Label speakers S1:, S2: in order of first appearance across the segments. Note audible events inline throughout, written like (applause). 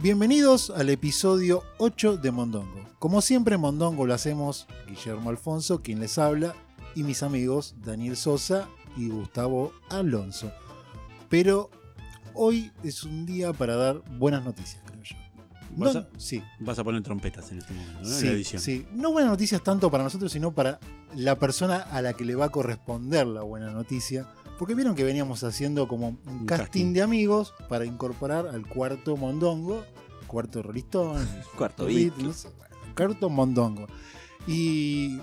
S1: Bienvenidos al episodio 8 de Mondongo. Como siempre, en Mondongo lo hacemos Guillermo Alfonso, quien les habla, y mis amigos Daniel Sosa y Gustavo Alonso. Pero hoy es un día para dar buenas noticias, creo yo.
S2: ¿Vas
S1: No-
S2: a-
S1: sí,
S2: Vas a poner trompetas en este momento, ¿no? En
S1: sí,
S2: la edición.
S1: sí. No buenas noticias tanto para nosotros, sino para la persona a la que le va a corresponder la buena noticia. Porque vieron que veníamos haciendo como un, casting,
S2: casting.
S1: de amigos para incorporar al cuarto Mondongo, cuarto Rolistón,
S3: Cuarto
S1: Beatles,
S3: Beatle.
S1: Carto Mondongo. Y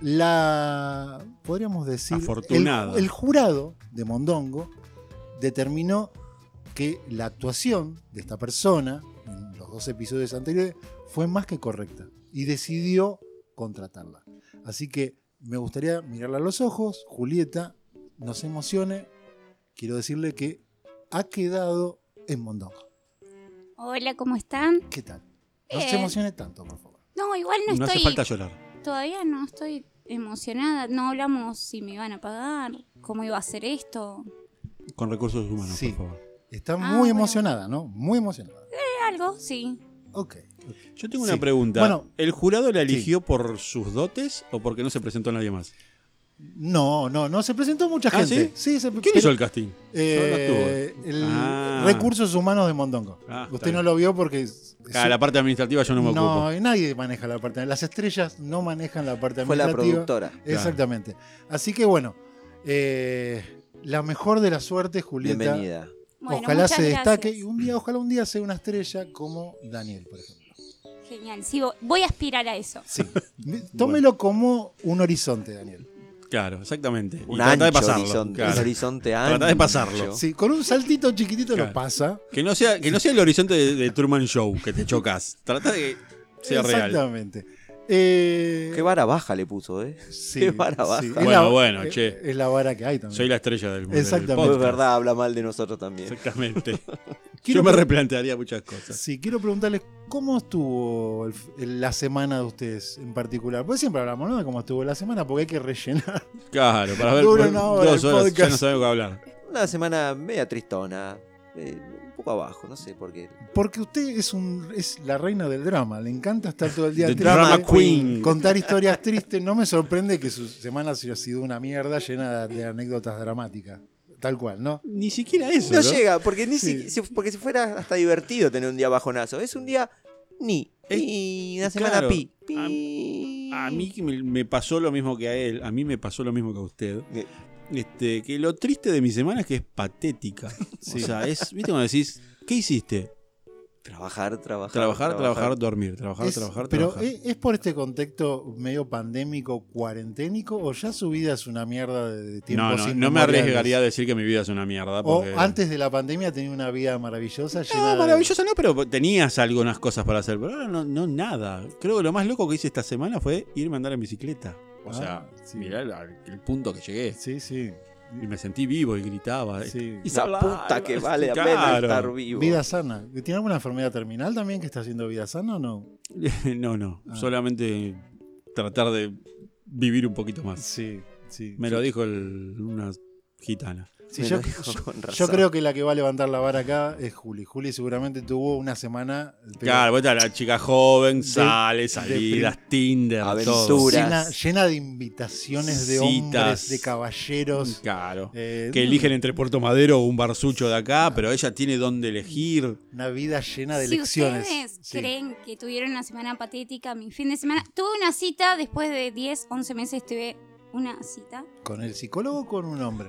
S1: la, podríamos decir, el,
S2: Afortunada.
S1: el jurado de Mondongo determinó que la actuación de esta persona en los dos episodios anteriores fue más que correcta y decidió contratarla. Así que me gustaría mirarla a los ojos, Julieta, nos emocione. Quiero decirle que ha quedado en Mondongo.
S4: Hola, ¿cómo están?
S1: ¿Qué tal? No se
S4: Bien.
S1: emocione tanto, por favor.
S4: No, igual no,
S2: No hace
S4: estoy.
S2: falta llorar.
S4: Todavía no estoy emocionada. No hablamos si me iban a pagar, cómo iba a hacer esto.
S2: Con recursos humanos,
S1: Sí.
S2: por favor.
S1: Está
S4: Ah,
S1: muy
S4: bueno.
S1: emocionada, ¿no? Muy emocionada.
S4: Algo, sí.
S1: Ok.
S2: Yo tengo
S1: Sí.
S2: una pregunta.
S1: Bueno.
S2: ¿El jurado la eligió por sus dotes o porque no se presentó nadie más?
S1: No, no, no, se presentó mucha
S2: ¿Ah,
S1: gente. sí? se
S2: ¿Quién
S1: pero-
S2: hizo el casting?
S1: eh, el
S2: Ah.
S1: Recursos Humanos de Mondongo.
S2: Ah, está
S1: Usted no
S2: bien.
S1: lo vio porque... es- es
S2: Ah, la
S1: un-
S2: parte administrativa yo no me
S1: no,
S2: ocupo.
S1: nadie maneja la parte... Las estrellas no manejan la parte
S3: Fue la
S1: administrativa.
S3: productora.
S1: Exactamente. Así que bueno, eh, la mejor de la suerte, Julieta.
S3: Bienvenida.
S4: Bueno,
S1: ojalá
S4: muchas
S1: se destaque
S4: gracias.
S1: y un día, ojalá un día sea una estrella como Daniel, por ejemplo.
S4: Genial, sí, vo- voy a aspirar a eso.
S1: (laughs) Sí. Tómelo como un horizonte, Daniel.
S2: Claro, exactamente.
S3: Un
S2: y trata de
S3: ancho
S2: pasarlo.
S3: horizonte.
S2: claro.
S3: Un horizonte ancho.
S2: Tratá de pasarlo.
S1: Sí, con un saltito chiquitito lo
S2: Claro.
S1: pasa.
S2: Que, no sea, que no sea el horizonte de, de Truman Show, que te chocas. Trata de que sea real.
S1: Exactamente. Eh,
S3: Qué vara baja le puso, ¿eh?
S1: sí,
S3: qué vara baja.
S1: es
S2: Bueno,
S1: la-
S2: bueno,
S1: eh,
S2: che.
S1: Es la vara que hay también.
S2: Soy la estrella del mundo.
S1: Exactamente.
S3: No es
S1: Podcast.
S3: verdad, habla mal de nosotros también.
S1: (laughs)
S2: Exactamente.
S1: Quiero
S2: yo me
S1: pre-
S2: replantearía muchas cosas.
S1: Sí, quiero preguntarles cómo estuvo el f- el- la semana de ustedes en particular. Porque siempre hablamos, ¿no? De cómo estuvo la semana, porque hay que rellenar. (laughs)
S2: Claro, para ver
S1: Dura
S2: por
S1: una hora
S2: dos
S1: el
S2: horas ya
S1: podcast.
S2: no sabemos qué hablar.
S3: Una semana media tristona. eh, un poco abajo, no sé por qué.
S1: Porque usted es un es la reina del drama. Le encanta estar todo el día
S2: (laughs) The
S1: triste,
S2: Drama Queen.
S1: Contar
S2: (laughs)
S1: historias tristes. No me sorprende que su semana haya sido una mierda llena de anécdotas dramáticas. Tal cual, ¿no?
S2: Ni siquiera eso.
S3: No
S2: ¿no?
S3: llega, porque ni
S1: Sí.
S3: si, si- porque si fuera hasta divertido tener un día bajonazo. Es un día ni.
S2: Es-
S3: Y una semana
S2: claro.
S3: pi.
S2: A-
S3: pi.
S2: A mí que me, me pasó lo mismo que a él, a mí me pasó lo mismo que a usted.
S3: Eh.
S2: Este, que lo triste de mi semana es que es patética.
S1: (laughs) Sí.
S2: O sea, es, ¿viste cuando decís, ¿qué hiciste?
S3: Trabajar, trabajar.
S2: Trabajar, trabajar, dormir, trabajar,
S1: Es-
S2: trabajar,
S1: pero
S2: trabajar.
S1: ¿es, es por este contexto medio pandémico, cuarenténico, o ya su vida es una mierda de, de tiempo
S2: no, no,
S1: sin
S2: no me
S1: memoriales?
S2: arriesgaría a decir que mi vida es una mierda.
S1: O
S2: Porque...
S1: antes de la pandemia tenía una vida maravillosa. llena
S2: No,
S1: de-
S2: maravillosa no, pero tenías algunas cosas para hacer, pero ahora no, no nada. Creo que lo más loco que hice esta semana fue irme a andar en bicicleta. O
S1: Ah,
S2: sea,
S1: sí.
S2: mirá el, el punto que llegué.
S1: Sí, sí.
S2: Y me sentí vivo y gritaba.
S1: sí.
S2: Y
S3: La
S2: hablaba,
S3: puta que vale la pena
S2: claro.
S3: estar vivo.
S1: Vida sana. ¿Tiene alguna enfermedad terminal también que está haciendo vida sana o no?
S2: (laughs) No, no.
S1: Ah.
S2: Solamente tratar de vivir un poquito más.
S1: Sí, sí.
S2: Me lo dijo el- una gitana.
S1: Sí,
S3: Me
S1: yo,
S3: lo dijo
S1: yo-
S3: con
S1: yo
S3: razón.
S1: creo que la que va a levantar la vara acá es Juli. Juli seguramente tuvo una semana pero
S2: claro, vos estás la chica joven,
S1: de
S2: sale, salidas, Tinder,
S3: Aventura.
S2: todo.
S1: llena, llena de invitaciones de hombres,
S2: Citas.
S1: de caballeros.
S2: Claro.
S1: eh,
S2: Que eligen entre Puerto Madero o un barsucho de acá, pero ella tiene dónde elegir.
S1: Una vida llena de
S4: si
S1: lecciones.
S4: ustedes
S1: Sí.
S4: creen que tuvieron una semana patética, mi fin de semana. Tuve una cita después de 10, 11 meses, tuve una cita.
S1: ¿Con el psicólogo o con un hombre?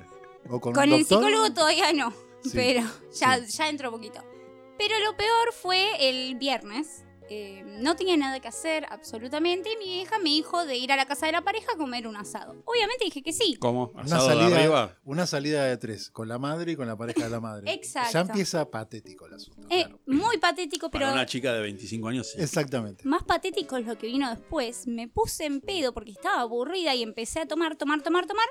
S1: ¿O con,
S4: Con,
S1: un
S4: el
S1: doctor?
S4: psicólogo todavía no,
S1: Sí,
S4: pero ya,
S1: sí.
S4: ya entró poquito. Pero lo peor fue el viernes. Eh, no tenía nada que hacer absolutamente. y Mi vieja me dijo de ir a la casa de la pareja a comer un asado. Obviamente dije que sí.
S2: ¿Cómo?
S1: Una
S2: ¿Asado de
S1: salida,
S2: arriba?
S1: una salida de tres, con la madre y con la pareja de la madre.
S4: Exacto.
S1: Ya empieza patético el asunto.
S4: Eh,
S1: claro.
S4: muy patético, pero
S2: Para una chica de 25 años, sí.
S1: Exactamente.
S4: más patético es lo que vino después. Me puse en pedo porque estaba aburrida y empecé a tomar, tomar, tomar, tomar.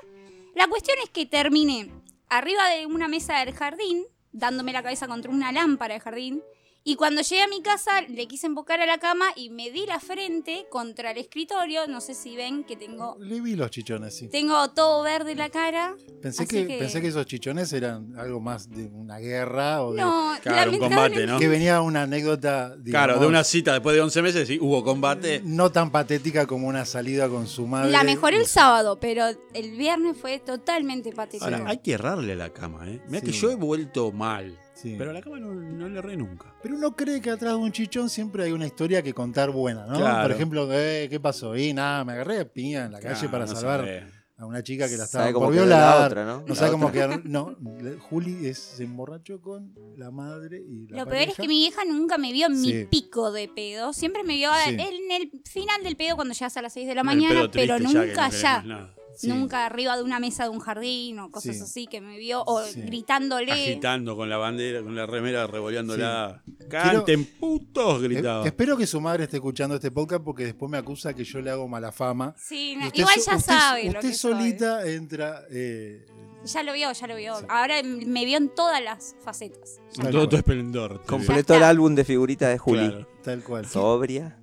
S4: La cuestión es que terminé arriba de una mesa del jardín, dándome la cabeza contra una lámpara de jardín. Y cuando llegué a mi casa, le quise embocar a la cama y me di la frente contra el escritorio. No sé si ven que tengo,
S1: Le vi los chichones, sí.
S4: tengo todo verde la cara.
S1: Pensé
S4: así
S1: que,
S4: que-
S1: pensé que esos chichones eran algo más de una guerra o de-
S4: No,
S2: Claro, un combate,
S4: lamentablemente-
S2: ¿no?
S1: que venía una anécdota digamos,
S2: Claro, de una cita después de 11 meses, sí, hubo combate.
S1: no tan patética como una salida con su madre.
S4: La mejoré el sábado, pero el viernes fue totalmente patético.
S2: Ahora, hay que errarle a la cama, ¿eh? Mira
S1: Sí.
S2: que yo he vuelto mal,
S1: Sí.
S2: pero a la cama no, no le erré nunca.
S1: Pero uno cree que atrás de un chichón siempre hay una historia que contar buena, ¿no?
S2: Claro.
S1: Por ejemplo, eh, ¿qué pasó? Y nada, me agarré a piña en la calle
S2: Claro,
S1: para
S2: no
S1: salvar
S2: sé.
S1: a una chica que la
S3: Sabe
S1: estaba
S3: cómo
S1: por
S3: quedó
S1: violar.
S3: la otra, ¿no?
S1: No
S3: La
S1: sabe cómo
S3: otra.
S1: quedaron. No, le- Juli es, se emborrachó con la madre y la
S4: Lo peor es
S1: pareja.
S4: que mi vieja nunca me vio en mi
S1: Sí.
S4: pico de pedo. Siempre me vio ah,
S1: Sí.
S4: en el final del pedo cuando llegas a las 6 de la
S2: El
S4: mañana,
S2: pedo triste
S4: pero
S2: ya que no
S4: nunca
S2: querés
S4: ya.
S2: nada.
S1: Sí.
S4: Nunca arriba de una mesa de un jardín o cosas
S1: Sí.
S4: así que me vio, o
S1: Sí.
S4: gritándole.
S2: Agitando con la bandera, con la remera, revoleándola.
S1: Quiero-
S2: ¡Canten, putos!
S1: Eh,
S2: gritaba.
S1: espero que su madre esté escuchando este podcast porque después me acusa que yo le hago mala fama.
S4: Sí,
S1: Y
S4: no,
S1: usted
S4: igual
S1: so-
S4: ya
S1: usted-
S4: sabe. lo
S1: Usted
S4: que soy.
S1: solita entra. eh,
S4: Ya lo vio, ya lo vio.
S1: Sí.
S4: Ahora me vio en todas las
S1: (laughs)
S4: facetas.
S1: tal
S2: Con
S1: cual,
S2: todo tu esplendor. te digo.
S4: Ya
S3: Completó el
S4: está.
S3: álbum de figuritas de Juli.
S2: Claro.
S1: Tal cual.
S3: Sobria,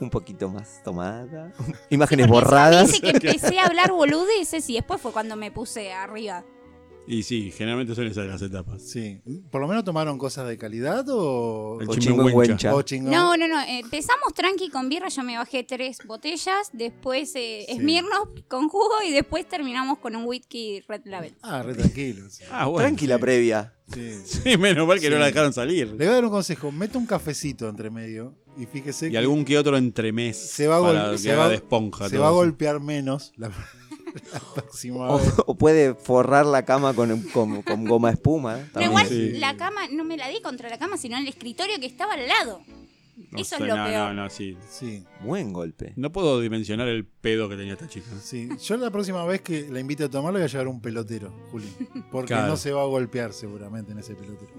S3: un poquito más tomada,
S4: Porque esa me
S3: imágenes borradas.
S4: Dice que empecé a hablar boludeces y después fue cuando me puse arriba.
S2: Y sí, generalmente suelen ser las etapas.
S1: Sí. ¿Por lo menos tomaron cosas de calidad o.?
S2: El
S3: O
S2: chimenguencha.
S1: o chingón?
S4: No, no, no. Empezamos tranqui con birra. Yo me bajé tres botellas. Después eh,
S1: Sí.
S4: Smirnoff con jugo. Y después terminamos con un whisky Red Label.
S1: Ah, re tranquilo. sí,
S2: Ah, bueno.
S3: Tranquila previa.
S1: sí.
S2: (laughs) Sí, menos mal que no
S1: Sí.
S2: la dejaron salir.
S1: Le voy a dar un consejo. Meta un cafecito entre medio y fíjese
S2: Y
S1: que
S2: algún que otro entremés.
S1: se va a, gol-
S2: para que
S1: se
S2: haga
S1: va-
S2: de esponja.
S1: se
S2: todo
S1: va a
S2: eso.
S1: golpear menos la, (laughs) la próxima
S3: O,
S1: vez.
S3: o puede forrar la cama con, con- con goma espuma.
S4: Pero
S3: también.
S4: igual
S2: Sí.
S4: la cama no me la di contra la cama, sino en el escritorio que estaba al lado.
S2: No
S4: Eso es
S2: sé,
S4: lo
S2: no,
S4: peor.
S2: No, no, sí.
S1: Sí,
S3: Buen golpe.
S2: No puedo dimensionar el pedo que tenía esta chica.
S1: sí. Yo la próxima vez que la invite a tomar le voy a llevar un pelotero, Juli. Porque
S2: Claro.
S1: no se va a golpear seguramente en ese pelotero.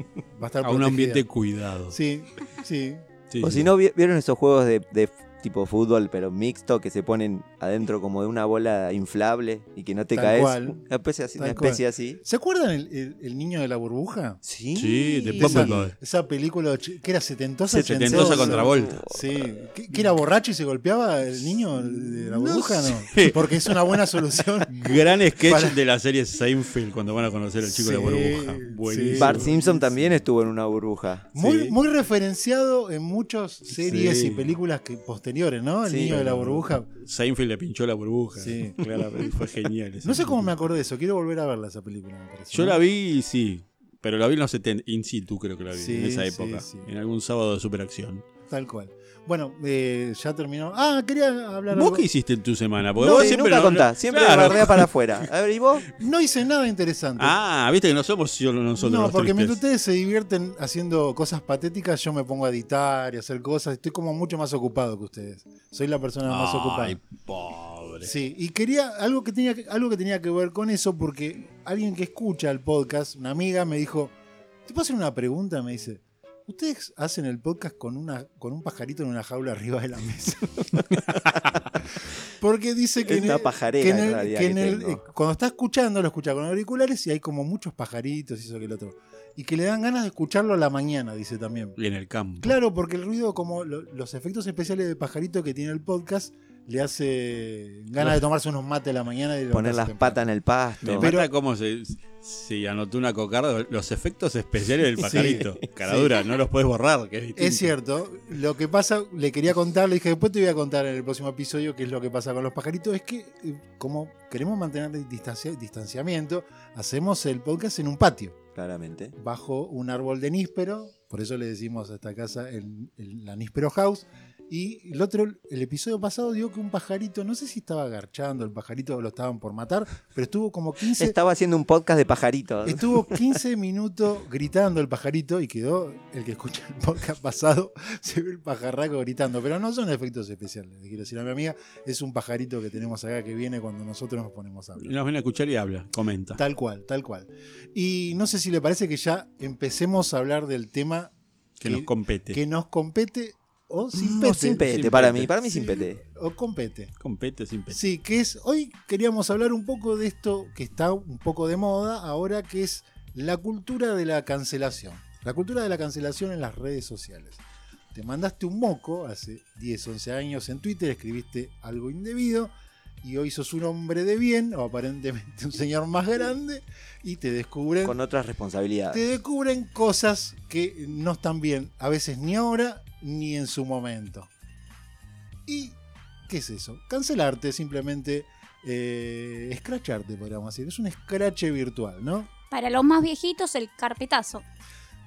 S1: Va a estar
S2: (laughs) A un
S1: protegida.
S2: ambiente cuidado.
S1: Sí, sí.
S2: Sí,
S3: O
S2: sí.
S3: si no, vi- ¿vieron esos juegos de, de tipo fútbol, pero mixto, que se ponen adentro como de una bola inflable y que no te
S1: Tal
S3: caes?
S1: cual.
S3: Una especie así.
S1: Tal
S3: Una especie así.
S1: ¿Se acuerdan el, el- el niño de la burbuja?
S3: Sí.
S2: Sí, de
S1: Esa,
S2: Bumblebee.
S1: esa película och- que era setentosa,
S2: Setentosa contra Volta.
S1: Sí, ¿Que, que era borracho y se golpeaba el niño de la
S2: No
S1: burbuja, ¿no?
S2: sé.
S1: (laughs) Porque es una buena
S2: (laughs)
S1: solución.
S2: Gran sketch
S1: Para-
S2: de la serie Seinfeld cuando van a conocer al chico de la
S1: Sí,
S2: burbuja.
S1: sí.
S2: Buenísimo.
S3: Bart Simpson también estuvo en una burbuja.
S1: Muy,
S2: Sí.
S1: muy referenciado en muchas series
S2: Sí.
S1: y películas que, posteriores, ¿no? El
S3: Sí.
S1: niño de la burbuja.
S2: Seinfeld le pinchó la burbuja. (laughs)
S1: Sí.
S2: Claro, fue genial. ese
S1: No sé cómo me
S2: capítulo.
S1: acordé de eso, quiero volver a verla esa película, me parece.
S2: Yo
S1: ¿no?
S2: la vi, sí. Pero la vi en los 70, in situ creo que la vi,
S1: Sí,
S2: en esa
S1: sí,
S2: época.
S1: sí.
S2: En algún sábado de superacción.
S1: Tal cual. Bueno, eh, ya terminó. Ah, quería hablar
S2: ¿Vos
S1: algo.
S2: qué hiciste en tu semana? Porque
S3: No,
S2: vos
S3: sí,
S2: siempre
S3: nunca
S2: no-
S3: contás, siempre
S2: Claro.
S3: bardea para afuera. A ver, ¿y vos?
S1: No hice nada interesante.
S2: Ah, viste que no somos solo nosotros
S1: no,
S2: los
S1: porque
S2: tristes.
S1: mientras ustedes se divierten haciendo cosas patéticas, yo me pongo a editar y hacer cosas. Estoy como mucho más ocupado que ustedes. Soy la persona más ocupada.
S2: Ay, pobre.
S1: Sí, y quería algo que tenía que, algo que tenía que ver con eso porque alguien que escucha el podcast, una amiga me dijo, "¿Te puedo hacer una pregunta?" me dice. "¿Ustedes hacen el podcast con una con un pajarito en una jaula arriba de la mesa?" (laughs) porque dice que
S3: Es
S1: en
S3: una
S1: el-
S3: pajarera
S1: que en
S3: en
S1: el-
S3: realidad
S1: que
S3: que
S1: en el-
S3: tengo.
S1: eh, cuando está escuchando lo escucha con auriculares y hay como muchos pajaritos y eso que el otro. Y que le dan ganas de escucharlo a la mañana, dice también.
S2: Y en el campo.
S1: Claro, porque el ruido, como lo- los efectos especiales de pajarito que tiene el podcast, le hace ganas de tomarse unos mates a la mañana y
S3: Poner las patas en el
S2: Me
S3: pasto.
S1: Pero-
S2: mata cómo se, si anotó una cocarda, los efectos especiales del pajarito. Caradura, no los puedes borrar, que es distinto.
S1: Es cierto, lo que pasa, le quería contar, le dije, después te voy a contar en el próximo episodio qué es lo que pasa con los pajaritos, es que eh, como queremos mantener el distancia- distanciamiento, hacemos el podcast en un patio,
S3: Claramente.
S1: bajo un árbol de níspero, por eso le decimos a esta casa el- el- la níspero house, y el otro, el episodio pasado dio que un pajarito, no sé si estaba agarchando, el pajarito lo estaban por matar, pero estuvo como 15,
S3: Estaba haciendo un podcast de pajaritos.
S1: Estuvo 15 minutos gritando el pajarito y quedó el que escucha el podcast pasado, (laughs) se ve el pajarraco gritando. Pero no son efectos especiales, le quiero decir a mi amiga, es un pajarito que tenemos acá que viene cuando nosotros nos ponemos a hablar.
S2: Nos viene a escuchar y habla, comenta.
S1: Tal cual, tal cual. Y no sé si le parece que ya empecemos a hablar del tema
S2: que nos compete.
S1: que nos compete o sin
S3: No,
S1: pete.
S3: sin pete,
S2: Sin
S3: para
S2: pete.
S3: mí. Para mí sin
S1: Sí,
S3: pete.
S1: O compete.
S2: Compete sin pete.
S1: Sí, que es. Hoy queríamos hablar un poco de esto que está un poco de moda ahora, que es la cultura de la cancelación. La cultura de la cancelación en las redes sociales. Te mandaste un moco hace 10, 11 años en Twitter, escribiste algo indebido y hoy sos un hombre de bien o aparentemente un señor más grande y te descubren
S3: Con otras responsabilidades.
S1: te descubren cosas que no están bien, a veces ni ahora ni en su momento. ¿Y qué es eso? Cancelarte, simplemente eh, escracharte, podríamos decir. Es un escrache virtual, ¿no?
S4: Para los más viejitos, el carpetazo.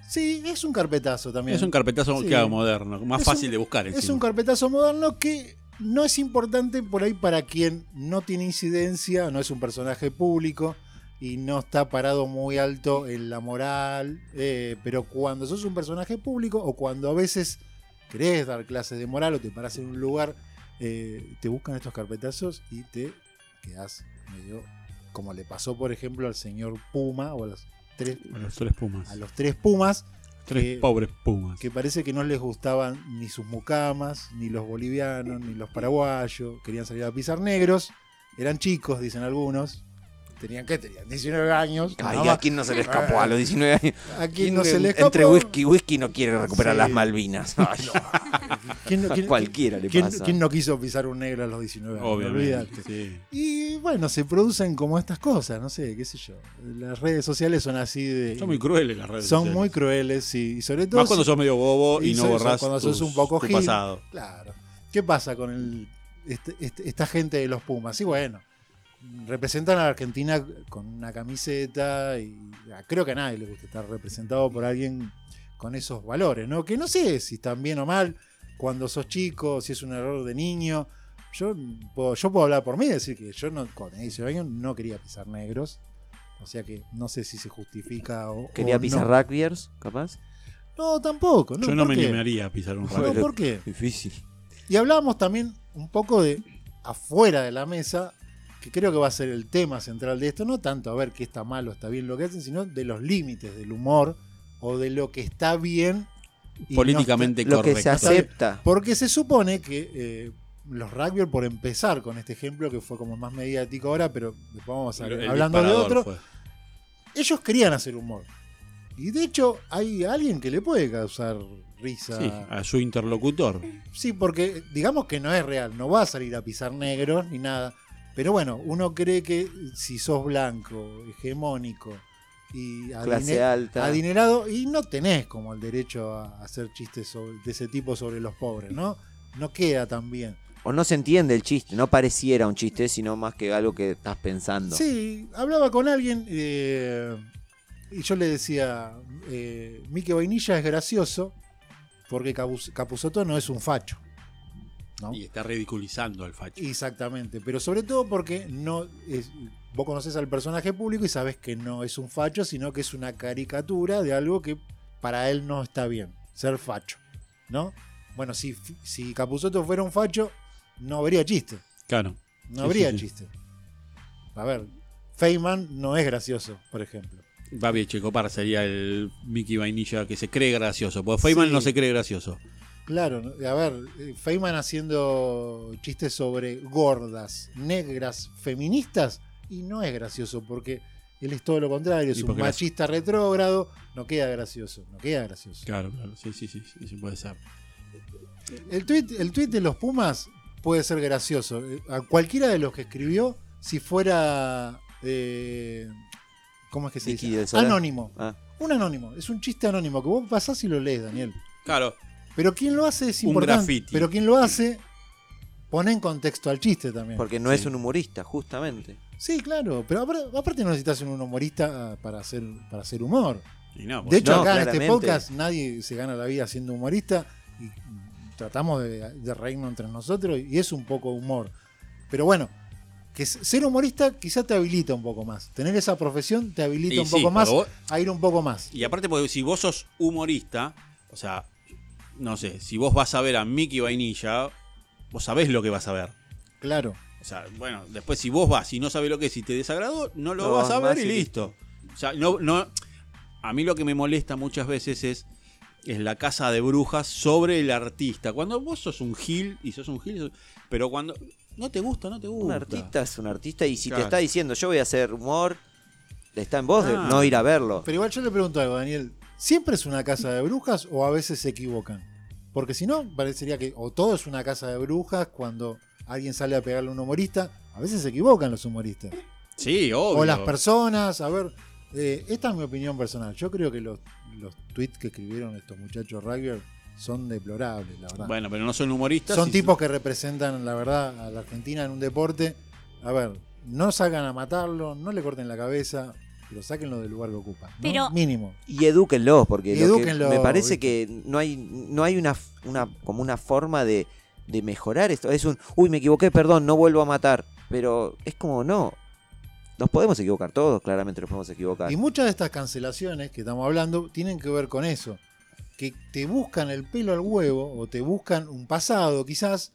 S1: Sí, es un carpetazo también.
S2: Es un carpetazo
S1: Sí.
S2: que hago moderno, más
S1: Es
S2: fácil
S1: un-
S2: de buscar.
S1: Es
S2: encima.
S1: un carpetazo moderno que no es importante por ahí para quien no tiene incidencia, no es un personaje público y no está parado muy alto en la moral. eh, pero cuando sos un personaje público o cuando a veces querés dar clases de moral o te parás en un lugar, eh, te buscan estos carpetazos y te quedás medio como le pasó, por ejemplo, al señor Puma o a los tres,
S2: A los tres pumas.
S1: a los tres Pumas
S2: tres
S1: que-
S2: pobres pumas.
S1: que parece que no les gustaban ni sus mucamas, ni los bolivianos, ni los paraguayos, querían salir a pisar negros, eran chicos, dicen algunos, tenían que tenían 19 años, nada
S3: Ay,
S1: más.
S3: ¿a quién no se le escapó a los 19 años?
S1: ¿A quién no se le escapó?
S3: Entre whisky y whisky no quiere recuperar
S1: Sí.
S3: las Malvinas. Ay, no.
S1: ¿Quién no- quién-
S3: (laughs) Cualquiera le
S1: quién-
S3: pasa.
S1: quién no quiso pisar un negro a los 19 años?
S2: Obviamente.
S1: Olvídate.
S2: sí.
S1: Y bueno, se producen como estas cosas, no sé, qué sé yo. Las redes sociales son así de...
S2: Son muy crueles las redes
S1: son
S2: sociales.
S1: muy crueles, sí, y sobre todo...
S2: Más cuando
S1: si-
S2: sos medio bobo y,
S1: Y
S2: no
S1: sos-
S2: borrás
S1: cuando sos
S2: tus-
S1: un poco
S2: tu
S1: gil.
S2: pasado.
S1: Claro. ¿Qué pasa con el- este- este- esta gente de los Pumas? Y bueno, representan a la Argentina con una camiseta y ah, creo que a nadie le gusta estar representado por alguien con esos valores, ¿no? Que no sé si están bien o mal cuando sos chico, si es un error de niño. Yo puedo, yo puedo hablar por mí y decir que yo no, con 19 años no quería pisar negros. O sea que no sé si se justifica o. o
S3: ¿Quería pisar
S1: Oh, no.
S3: rugbyers, capaz?
S1: No, tampoco. No,
S2: Yo no
S1: ¿por
S2: me
S1: qué?
S2: animaría a pisar un
S1: No,
S2: rayo.
S1: ¿por qué?
S3: Difícil.
S1: Y hablábamos también un poco de afuera de la mesa, que creo que va a ser el tema central de esto, no tanto a ver qué está mal o está bien lo que hacen, sino de los límites del humor o de lo que está bien y no
S2: Políticamente
S3: Lo que se
S2: correcto.
S3: acepta.
S1: está- porque se supone que eh, los rugby, por empezar con este ejemplo, que fue como más mediático ahora, pero después vamos a
S2: El- el
S1: hablando de
S2: disparador
S1: otro,
S2: fue.
S1: ellos querían hacer humor. Y de hecho hay alguien que le puede causar risa.
S2: Sí, a su interlocutor.
S1: Sí, porque digamos que no es real, no va a salir a pisar negros ni nada. Pero bueno, uno cree que si sos blanco, hegemónico y adine-
S3: Clase alta.
S1: adinerado, y no tenés como el derecho a hacer chistes sobre- de ese tipo sobre los pobres, ¿no? No queda tan bien.
S3: O no se entiende el chiste. No pareciera un chiste, sino más que algo que estás pensando.
S1: Sí, hablaba con alguien eh, y yo le decía, eh, Mike Vainilla es gracioso porque Capuz- Capusotto no es un facho. ¿no?
S2: Y está ridiculizando al facho.
S1: Exactamente, pero sobre todo porque no es- vos conoces al personaje público y sabes que no es un facho, sino que es una caricatura de algo que para él no está bien, ser facho, ¿no? Bueno, si, si Capuzotto fuera un facho, no habría chiste,
S2: Claro.
S1: no
S2: Sí,
S1: habría
S2: sí, sí.
S1: chiste. A ver, Feynman no es gracioso, por ejemplo.
S2: Babi Checopar sería el Mickey Vainilla que se cree gracioso. Porque Feynman
S1: Sí.
S2: no se cree gracioso.
S1: Claro, ¿no? a ver, eh, Feynman haciendo chistes sobre gordas, negras, feministas, y no es gracioso porque él es todo lo contrario, es
S2: Y
S1: un
S2: porque las-
S1: machista retrógrado, no queda gracioso, no queda gracioso.
S2: Claro, claro. Sí, sí, sí. sí, sí, puede ser.
S1: El tweet, el tuit de los Pumas puede ser gracioso. Eh, A cualquiera de los que escribió, si fuera. eh, ¿Cómo es que se
S3: Vicky del
S1: dice?
S3: Solar.
S1: Anónimo.
S3: Ah,
S1: Un anónimo. Es un chiste anónimo que vos pasás y lo lees, Daniel.
S2: Claro.
S1: Pero quien lo hace es
S2: Un
S1: importante.
S2: graffiti.
S1: pero quien lo hace pone en contexto al chiste también.
S3: porque no
S2: Sí.
S3: es un humorista, justamente.
S1: Sí, claro. Pero apar- aparte no necesitas un humorista ah, para hacer, para hacer humor.
S2: Y no,
S1: De
S2: pues,
S1: hecho,
S3: no,
S1: acá en este
S3: claramente.
S1: podcast nadie se gana la vida siendo humorista y tratamos de, de reírnos entre nosotros y es un poco humor. Pero bueno, que s- ser humorista quizá te habilita un poco más. Tener esa profesión te habilita
S2: Y
S1: un
S2: sí,
S1: poco más
S2: porque vos-
S1: a ir un poco más.
S2: Y aparte, porque si vos sos humorista, o sea, no sé, si vos vas a ver a Mickey Vainilla, vos sabés lo que vas a ver.
S1: Claro.
S2: O sea, bueno, después si vos vas y no sabés lo que es y te desagradó, no lo
S3: No
S2: vas a
S3: vas
S2: ver
S3: más
S2: y
S3: y
S2: listo. O sea, no, no. A mí lo que me molesta muchas veces es, es la casa de brujas sobre el artista. Cuando vos sos un gil y sos un gil, sos- pero cuando no te gusta, no te gusta.
S3: Un artista es un artista y si
S2: Claro.
S3: te está diciendo yo voy a hacer humor, está en vos de
S2: Ah.
S3: no ir a verlo.
S1: Pero igual yo le pregunto algo, Daniel. ¿Siempre es una casa de brujas o a veces se equivocan? Porque si no, parecería que o todo es una casa de brujas cuando alguien sale a pegarle a un humorista. A veces se equivocan los humoristas.
S2: Sí, obvio.
S1: O las personas, a ver. eh, esta es mi opinión personal. Yo creo que los, los tweets que escribieron estos muchachos rugby son deplorables, la verdad.
S2: Bueno, pero no son humoristas.
S1: son
S2: y-
S1: tipos que representan, la verdad, a la Argentina en un deporte. A ver, no salgan a matarlo, no le corten la cabeza, pero sáquenlo del lugar que ocupa. ¿no?
S4: Pero-
S1: Mínimo.
S3: Y edúquenlos, porque lo que-
S1: Edúquenlos,
S3: me parece
S1: ¿viste?
S3: que no hay, no hay una, una, como una forma de, de mejorar esto. Es un, uy, me equivoqué, perdón, no vuelvo a matar. Pero es como, no. Nos podemos equivocar todos, claramente nos podemos equivocar.
S1: Y muchas de estas cancelaciones que estamos hablando tienen que ver con eso. Que te buscan el pelo al huevo o te buscan un pasado quizás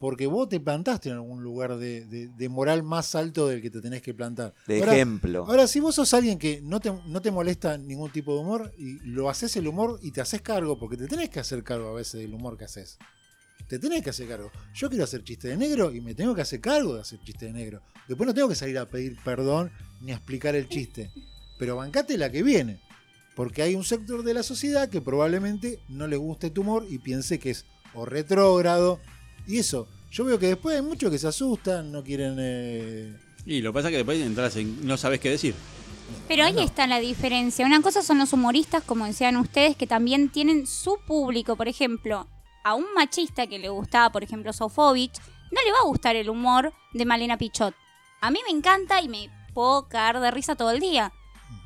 S1: porque vos te plantaste en algún lugar de, de- de moral más alto del que te tenés que plantar.
S3: De
S1: Ahora,
S3: ejemplo.
S1: Ahora, si vos sos alguien que no te, no te molesta ningún tipo de humor y lo haces el humor y te haces cargo, porque te tenés que hacer cargo a veces del humor que haces. Te tenés que hacer cargo. Yo quiero hacer chiste de negro y me tengo que hacer cargo de hacer chiste de negro. Después no tengo que salir a pedir perdón ni a explicar el chiste. Pero bancate la que viene. Porque hay un sector de la sociedad que probablemente no le guste tu humor y piense que es o retrógrado. Y eso, yo veo que después hay muchos que se asustan, no quieren... eh,
S2: Y lo que pasa es que después entras en. No sabes qué decir.
S4: Pero ahí está la diferencia. Una cosa son los humoristas, como decían ustedes, que también tienen su público. Por ejemplo, a un machista que le gustaba, por ejemplo, Sofovich, no le va a gustar el humor de Malena Pichot. A mí me encanta y me puedo caer de risa todo el día.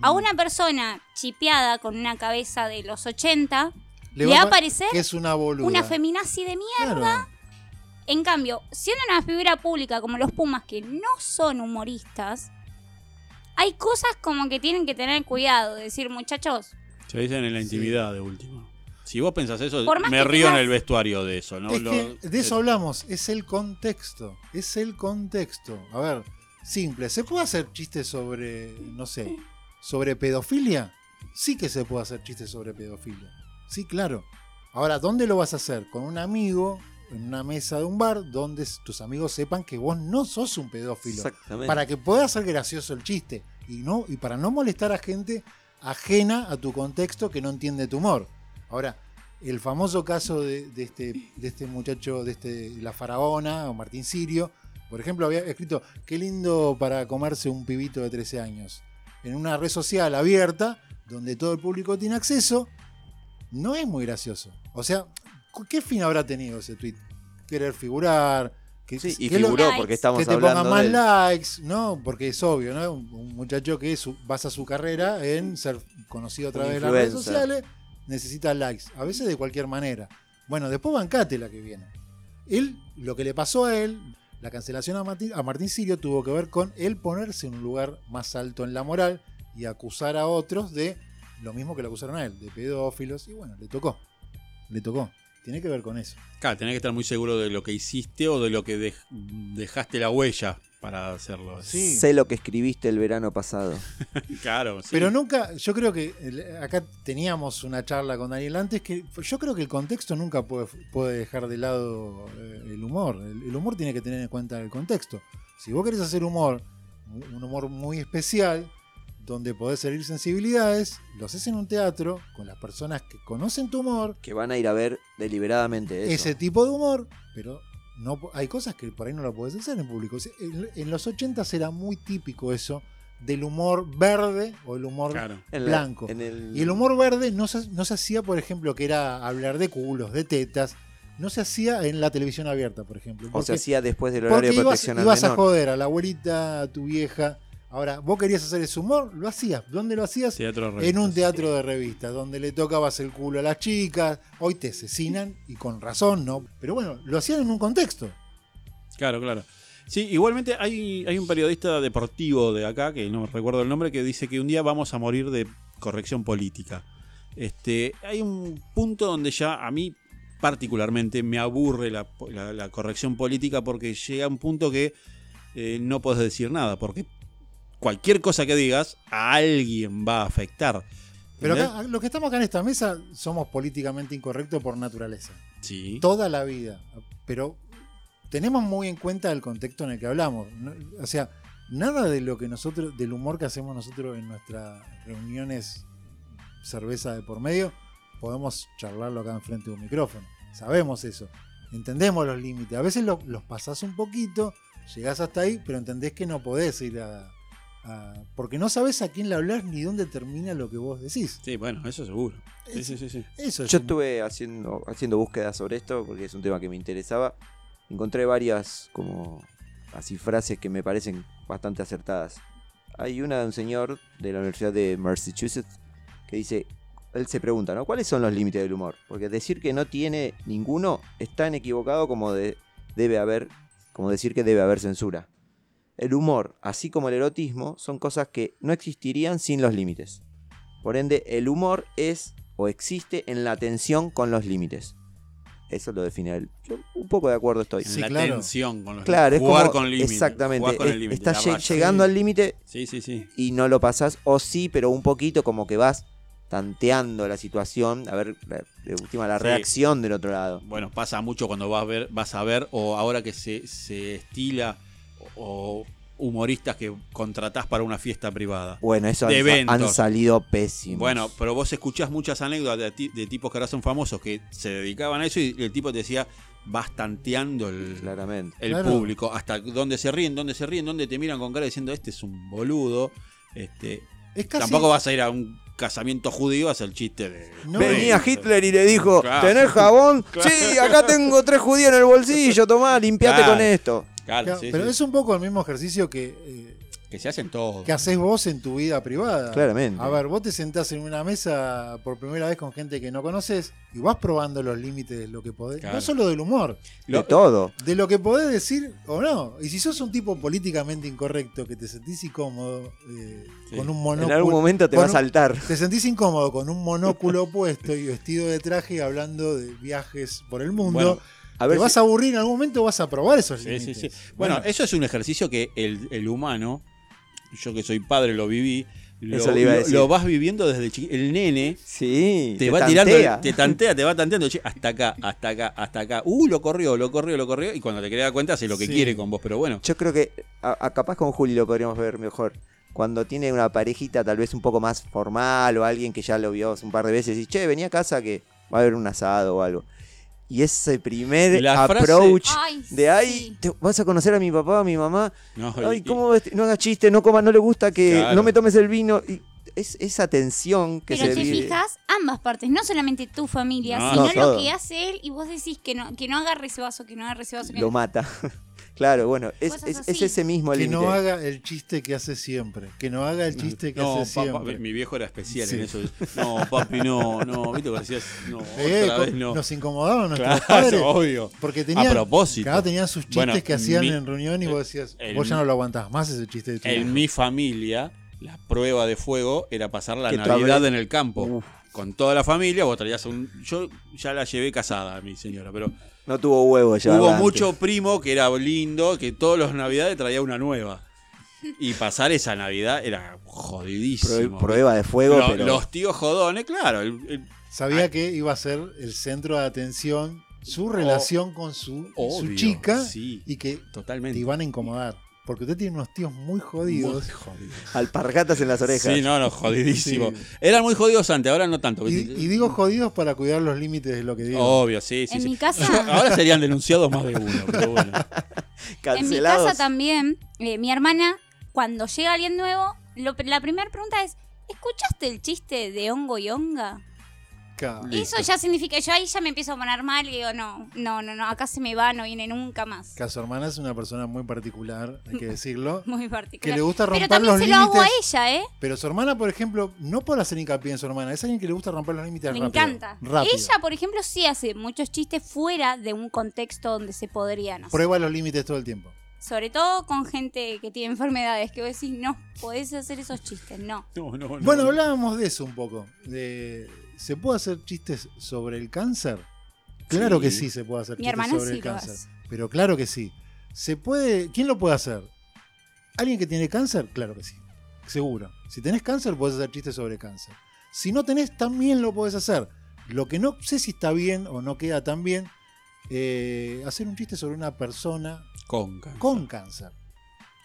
S4: A una persona chipeada con una cabeza de los 80, le, va a
S1: pa-
S4: parecer
S1: que es una boluda.
S4: una feminazi de mierda.
S1: Claro.
S4: En cambio, siendo una figura pública como los Pumas, que no son humoristas, hay cosas como que tienen que tener cuidado. Decir, muchachos,
S2: Se dicen en la intimidad de último. Si vos pensás eso,
S4: Por más
S2: me
S4: que
S2: río en
S4: tengas-
S2: el vestuario de eso, ¿no?
S1: Es
S2: Lo-
S1: que de eso hablamos, es el contexto, es el contexto. A ver, simple, ¿se puede hacer chistes sobre, no sé, sobre pedofilia? Sí que se puede hacer chistes sobre pedofilia. Sí, claro. Ahora, ¿dónde lo vas a hacer? Con un amigo, en una mesa de un bar, donde s- tus amigos sepan que vos no sos un pedófilo.
S3: Exactamente.
S1: Para que pueda ser gracioso el chiste y, no, y para no molestar a gente ajena a tu contexto que no entiende tu humor. Ahora, el famoso caso de, de este, de este muchacho, de este, la faraona o Martín Sirio, por ejemplo, había escrito, qué lindo para comerse un pibito de 13 años, en una red social abierta, donde todo el público tiene acceso, no es muy gracioso. O sea, ¿cu- ¿qué fin habrá tenido ese tweet? Querer figurar. Que,
S3: Sí, y
S1: que lo-
S3: figuró
S4: Likes.
S3: porque estamos
S1: que te
S3: hablando
S1: pongan más
S3: de él.
S1: likes, ¿no? Porque es obvio, ¿no? Un, un muchacho que su- basa su carrera en ser conocido a
S3: Un
S1: través de las redes
S3: influencer.
S1: sociales, necesita likes, a veces de cualquier manera. Bueno, después bancate la que viene. Él, lo que le pasó a él, la cancelación a Martín, a Martín Sirio tuvo que ver con él ponerse en un lugar más alto en la moral y acusar a otros de lo mismo que le acusaron a él, de pedófilos, y bueno, le tocó. Le tocó. Tiene que ver con eso.
S2: Claro, tenés que estar muy seguro de lo que hiciste o de lo que dej- dejaste la huella para hacerlo.
S1: Sí.
S3: Sé lo que escribiste el verano pasado.
S2: Claro, sí.
S1: Pero nunca, yo creo que el- acá teníamos una charla con Daniel antes que yo creo que el contexto nunca puede, puede dejar de lado eh, el humor. El, el humor tiene que tener en cuenta el contexto. Si vos querés hacer humor, un un humor muy especial, donde podés herir sensibilidades, lo haces en un teatro con las personas que conocen tu humor,
S3: Que van a ir a ver deliberadamente eso.
S1: ese tipo de humor, pero no, po- hay cosas que por ahí no lo puedes hacer en público. O sea, En, en los 80 era muy típico eso del humor verde o el humor
S2: Claro.
S3: En la-
S1: blanco.
S3: en el-
S1: Y el humor verde no se, no se hacía, por ejemplo, que era hablar de culos, de tetas. No se hacía en la televisión abierta, por ejemplo.
S3: O se
S1: Porque,
S3: hacía después del
S1: porque
S3: horario de
S1: ibas,
S3: protección al
S1: ibas a
S3: menor.
S1: joder a la abuelita, a tu vieja. Ahora, vos querías hacer ese humor, lo hacías. ¿Dónde lo hacías?
S2: Teatro de
S1: En un
S2: revistas.
S1: teatro de revistas, donde le tocabas el culo a las chicas. Hoy te asesinan, y con razón, ¿no? Pero bueno, lo hacían en un contexto.
S2: Claro, claro. Sí, igualmente hay, hay un periodista deportivo de acá, que no recuerdo el nombre, que dice que un día vamos a morir de corrección política. Este, hay un punto donde ya a mí particularmente me aburre la, po- la- la corrección política porque llega un punto que eh, no puedes decir nada, porque cualquier cosa que digas a alguien va a afectar.
S1: Pero
S2: ¿Entendés?
S1: acá, los que estamos acá en esta mesa somos políticamente incorrectos por naturaleza.
S2: Sí.
S1: toda la vida. Pero tenemos muy en cuenta el contexto en el que hablamos. No- O sea, nada de lo que nosotros, del humor que hacemos nosotros en nuestras reuniones cerveza de por medio, podemos charlarlo acá enfrente de un micrófono. Sabemos eso. Entendemos los límites. A veces lo- los pasás un poquito, llegás hasta ahí, pero entendés que no podés ir a. a- porque no sabés a quién le hablas ni dónde termina lo que vos decís.
S2: Sí, bueno, eso seguro. Sí,
S1: Es-
S2: sí, sí, sí.
S1: Eso es
S3: Yo
S1: un-
S3: estuve haciendo, haciendo búsquedas sobre esto porque es un tema que me interesaba. Encontré varias como así frases que me parecen bastante acertadas. Hay una de un señor de la Universidad de Massachusetts que dice, él se pregunta, ¿no? ¿Cuáles son los límites del humor? Porque decir que no tiene ninguno es tan equivocado como de- debe haber, como decir que debe haber censura. El humor, así como el erotismo, son cosas que no existirían sin los límites. Por ende, el humor es o existe en la tensión con los límites. Eso lo define él. Yo un poco de acuerdo estoy.
S1: Sí,
S2: la
S1: claro.
S2: tensión con los
S3: Claro, es
S2: jugar
S3: como-
S2: con límites.
S3: Exactamente.
S2: Jugar con
S3: es-
S2: el límite.
S3: estás
S2: la
S3: lle-
S2: raya.
S3: llegando al límite
S2: Sí, sí, sí.
S3: y no lo pasás. O sí, pero un poquito como que vas tanteando la situación. A ver, la- de última, la
S2: Sí.
S3: reacción del otro lado.
S2: Bueno, pasa mucho cuando vas a ver, vas a ver o ahora que se, se estila o humoristas que contratás para una fiesta privada.
S3: Bueno, eso
S2: De
S3: han, sa- han
S2: eventos.
S3: salido pésimos.
S2: Bueno, pero vos escuchás muchas anécdotas de, ti- de tipos que ahora son famosos que se dedicaban a eso y el tipo te decía, vas tanteando el,
S3: claramente.
S2: el
S1: Claro.
S2: público, hasta dónde se ríen, dónde se ríen, dónde te miran con cara diciendo, este es un boludo. Este,
S1: Es casi,
S2: Tampoco vas a ir a un casamiento judío a hacer chiste de...
S1: No.
S3: Venía Hitler y le dijo,
S2: Claro.
S3: ¿tenés jabón?
S2: (laughs) Claro.
S3: Sí, acá tengo tres judíos en el bolsillo, tomá, limpiate
S2: Claro.
S3: con esto.
S2: Claro,
S1: Claro,
S2: sí,
S1: pero
S2: sí.
S1: es un poco el mismo ejercicio que, eh,
S2: Que se hacen todos.
S1: que haces vos en tu vida privada.
S3: Claramente.
S1: A ver, vos te sentás en una mesa por primera vez con gente que no conoces y vas probando los límites de lo que podés.
S2: Claro.
S1: No solo del humor,
S3: De
S2: Lo-
S3: todo.
S1: de lo que podés decir o no. Y si sos un tipo políticamente incorrecto que te sentís incómodo eh,
S2: Sí.
S1: con un
S3: En
S1: monóculo.
S3: algún momento te va a
S1: con un-
S3: saltar.
S1: Te sentís incómodo con un monóculo puesto y vestido de traje y hablando de viajes por el mundo.
S2: Bueno,
S3: A ver
S1: te
S3: si-
S1: vas a aburrir en algún momento, vas a probar esos
S2: Sí, sí,
S1: límites.
S2: sí. Bueno, eso es un ejercicio que el, el humano, yo que soy padre lo viví, lo,
S3: Eso le iba a
S2: lo-
S3: decir.
S2: lo vas viviendo desde chiquito. El nene
S3: Sí,
S2: te, va
S3: tantea.
S2: tirando, te tantea, te va tanteando, che, hasta acá, hasta acá, hasta acá. Uh, lo corrió, lo corrió, lo corrió. Y cuando te querés dar cuenta, hace lo que
S1: Sí.
S2: quiere con vos, pero bueno.
S3: Yo creo que a, a- capaz con Juli lo podríamos ver mejor. Cuando tiene una parejita tal vez un poco más formal o alguien que ya lo vio un par de veces y che, vení a casa que va a haber un asado o algo. Y ese primer
S2: La frase-
S3: approach
S4: Ay,
S3: de ahí,
S4: sí.
S3: te- vas a conocer a mi papá, a mi mamá.
S2: No,
S3: Ay,
S2: y-
S3: ¿cómo ves? No hagas chiste, no comas, no le gusta que
S2: Claro.
S3: no me tomes el vino. Y es esa tensión que
S4: Pero
S3: se
S4: te
S3: vive.
S4: fijas, ambas partes, no solamente tu familia,
S2: No,
S4: sino
S3: no, todo.
S4: lo que hace él y vos decís que no, que no agarre ese vaso, que no agarre ese vaso. Que
S3: Lo mata. (laughs) claro, bueno, es,
S4: Cosas
S3: es- es
S4: así.
S3: ese mismo
S1: Que
S3: límite.
S1: no haga el chiste que hace siempre. Que no haga el chiste que
S2: No,
S1: hace
S2: papá,
S1: siempre.
S2: mi viejo era especial
S1: Sí.
S2: en eso. No, papi, no, no, viste que decías, no,
S1: (laughs) Eh,
S2: otra
S1: co-
S2: vez no.
S1: Nos incomodaban nuestros
S2: Claro,
S1: padres.
S2: obvio.
S1: Porque tenían,
S2: propósito.
S1: cada tenían sus chistes
S2: Bueno,
S1: que hacían
S2: mi-
S1: en reunión y vos decías,
S2: el-
S1: vos ya no lo aguantás más ese chiste de tu
S2: En
S1: hijo.
S2: mi familia, la prueba de fuego era pasar la
S3: Que te
S2: Navidad
S3: hablé.
S2: en el campo. Con toda la familia, vos traías un. Yo ya la llevé casada, mi señora, pero
S3: No tuvo huevo ya.
S2: hubo
S3: antes.
S2: mucho primo que era lindo, que todos los Navidades traía una nueva. Y pasar esa Navidad era
S3: Prue-
S2: jodidísimo.
S3: prueba de fuego,
S2: Lo-
S3: pero
S2: Los tíos jodones, claro. el- el-
S1: Sabía que iba a ser el centro de atención su relación con su,
S2: obvio,
S1: su chica
S2: sí.
S1: y que te
S2: totalmente.
S1: iban a incomodar. Porque usted tiene unos tíos muy jodidos.
S2: Muy jodido.
S3: alpargatas en las orejas.
S2: Sí, no, no, jodidísimo.
S1: Sí.
S2: Eran muy jodidos antes, ahora no tanto.
S1: Y,
S2: ¿viste?
S1: y digo jodidos para cuidar los límites de lo que digo.
S2: Obvio, sí, sí.
S4: En
S2: sí.
S4: mi
S3: (laughs)
S4: casa-
S2: Yo- ahora serían denunciados más de uno, pero bueno.
S4: En mi
S3: Cancelados.
S4: casa también, eh, mi hermana, cuando llega alguien nuevo, lo- la primera pregunta es, ¿escuchaste el chiste de hongo y honga?
S1: Ca-
S2: Listo.
S4: Eso ya significa, yo ahí ya me empiezo a poner mal y digo, no, no, no, no, acá se me va, no viene nunca más.
S1: Ca- su hermana es una persona muy particular,
S2: (laughs)
S1: hay que decirlo.
S4: (laughs) Muy
S1: que
S4: particular.
S1: le gusta
S4: Pero
S1: romper
S4: también
S1: los
S4: se lo hago a
S1: límites.
S4: ella, ¿eh?
S1: Pero su hermana, por ejemplo, no por hacer hincapié en su hermana, es alguien que le gusta romper los límites
S4: Me
S1: rápido.
S4: encanta.
S1: Rápido.
S4: Ella, por ejemplo, sí hace muchos chistes fuera de un contexto donde se podrían hacer.
S1: Prueba los límites todo el tiempo.
S4: Sobre todo con gente que tiene enfermedades, que vos decís, no, podés hacer esos chistes, no.
S2: No, no, no.
S1: Bueno, hablábamos de eso un poco. de- ¿Se puede hacer chistes sobre el cáncer? Claro
S2: Sí.
S1: que sí se puede hacer
S4: Mi
S1: chistes
S4: hermana
S1: sobre
S4: sí
S1: el
S4: lo
S1: cáncer.
S4: hace.
S1: Pero claro que sí. ¿Se puede? ¿Quién lo puede hacer? ¿Alguien que tiene cáncer? Claro que sí. Seguro. Si tenés cáncer, podés hacer chistes sobre cáncer. Si no tenés, también lo podés hacer. Lo que no sé si está bien o no queda tan bien, eh, hacer un chiste sobre una persona
S2: Conca.
S1: con cáncer.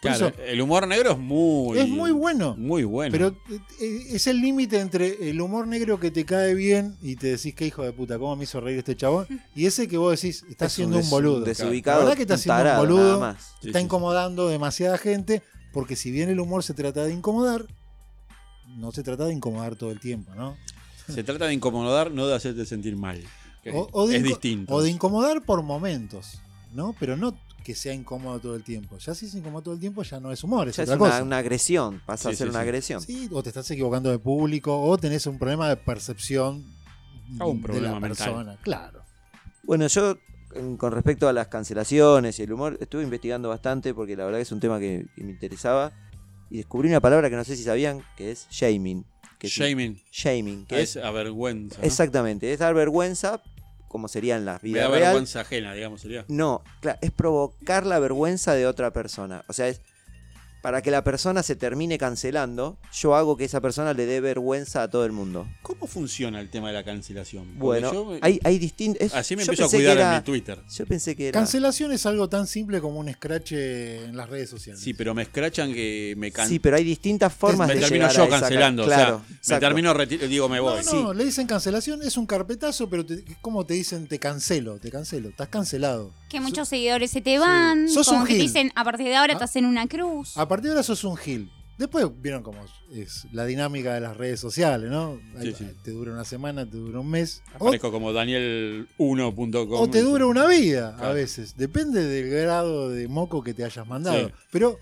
S2: Claro,
S1: eso-
S2: el humor negro es muy.
S1: Es muy bueno.
S2: Muy bueno.
S1: Pero eh, eh, es el límite entre el humor negro que te cae bien y te decís que hijo de puta, cómo me hizo reír este chabón, y ese que vos decís, está siendo un
S3: des-
S1: boludo.
S3: Desubicado.
S1: La verdad que está
S3: un
S1: siendo un
S3: tarado,
S1: boludo.
S3: nada más.
S2: Sí,
S1: está
S2: sí, sí.
S1: incomodando demasiada gente, porque si bien el humor se trata de incomodar, no se trata de incomodar todo el tiempo, ¿no?
S2: Se trata de incomodar, no de hacerte sentir mal. Que
S1: O, o de
S2: es
S1: inco-
S2: distinto.
S1: O de incomodar por momentos, ¿no? Pero no que sea incómodo todo el tiempo. Ya si es incómodo todo el tiempo, ya no es humor, es
S3: Ya es
S1: otra
S3: una,
S1: cosa.
S3: una agresión, pasa
S2: Sí,
S3: a ser
S2: sí,
S3: una
S2: sí.
S3: agresión.
S1: Sí, o te estás equivocando de público, o tenés un problema de percepción
S2: Ah, un
S1: de
S2: problema
S1: la
S2: mental.
S1: persona. Claro.
S3: Bueno, yo en- con respecto a las cancelaciones y el humor, estuve investigando bastante porque la verdad que es un tema que, que me interesaba y descubrí una palabra que no sé si sabían, que es shaming. Que es-
S2: Shaming.
S3: shaming, que
S2: Que
S3: es,
S2: es avergüenza. ¿no?
S3: exactamente, es dar vergüenza, como sería en la
S2: Me da
S3: vida real.
S2: vergüenza ajena, digamos, sería.
S3: No, claro, es provocar la vergüenza de otra persona. O sea, es para que la persona se termine cancelando, yo hago que esa persona le dé vergüenza a todo el mundo.
S2: ¿Cómo funciona el tema de la cancelación? Porque
S3: Bueno,
S2: yo-
S3: hay, hay distintos.
S2: así me empiezo a cuidar en mi Twitter.
S3: Yo pensé que era.
S1: Cancelación es algo tan simple como un scratch eh, en las redes sociales.
S2: Sí, pero me escrachan que me can...
S3: Sí, pero hay distintas formas
S2: me
S3: de
S2: termino
S3: llegar
S2: yo
S3: a esa-
S2: cancelando.
S3: Claro,
S2: o sea, me
S3: exacto.
S2: termino reti- digo, me
S1: No,
S2: voy.
S1: no, le dicen cancelación, es un carpetazo, pero te, ¿cómo te dicen? Te cancelo, te cancelo, estás cancelado.
S4: Que muchos seguidores se te van.
S1: Sos
S4: como
S1: un
S4: que te
S1: gil.
S4: dicen, a partir de ahora
S1: Ah.
S4: te hacen una cruz.
S1: A partir de ahora sos un gil. Después vieron cómo es la dinámica de las redes sociales, ¿no? Ahí
S2: Sí, sí.
S1: Te dura una semana, te dura un mes. O,
S2: Aparezco como Daniel1.com.
S1: o te dura una vida a
S2: Claro.
S1: veces. Depende del grado de moco que te hayas mandado.
S2: Sí.
S1: Pero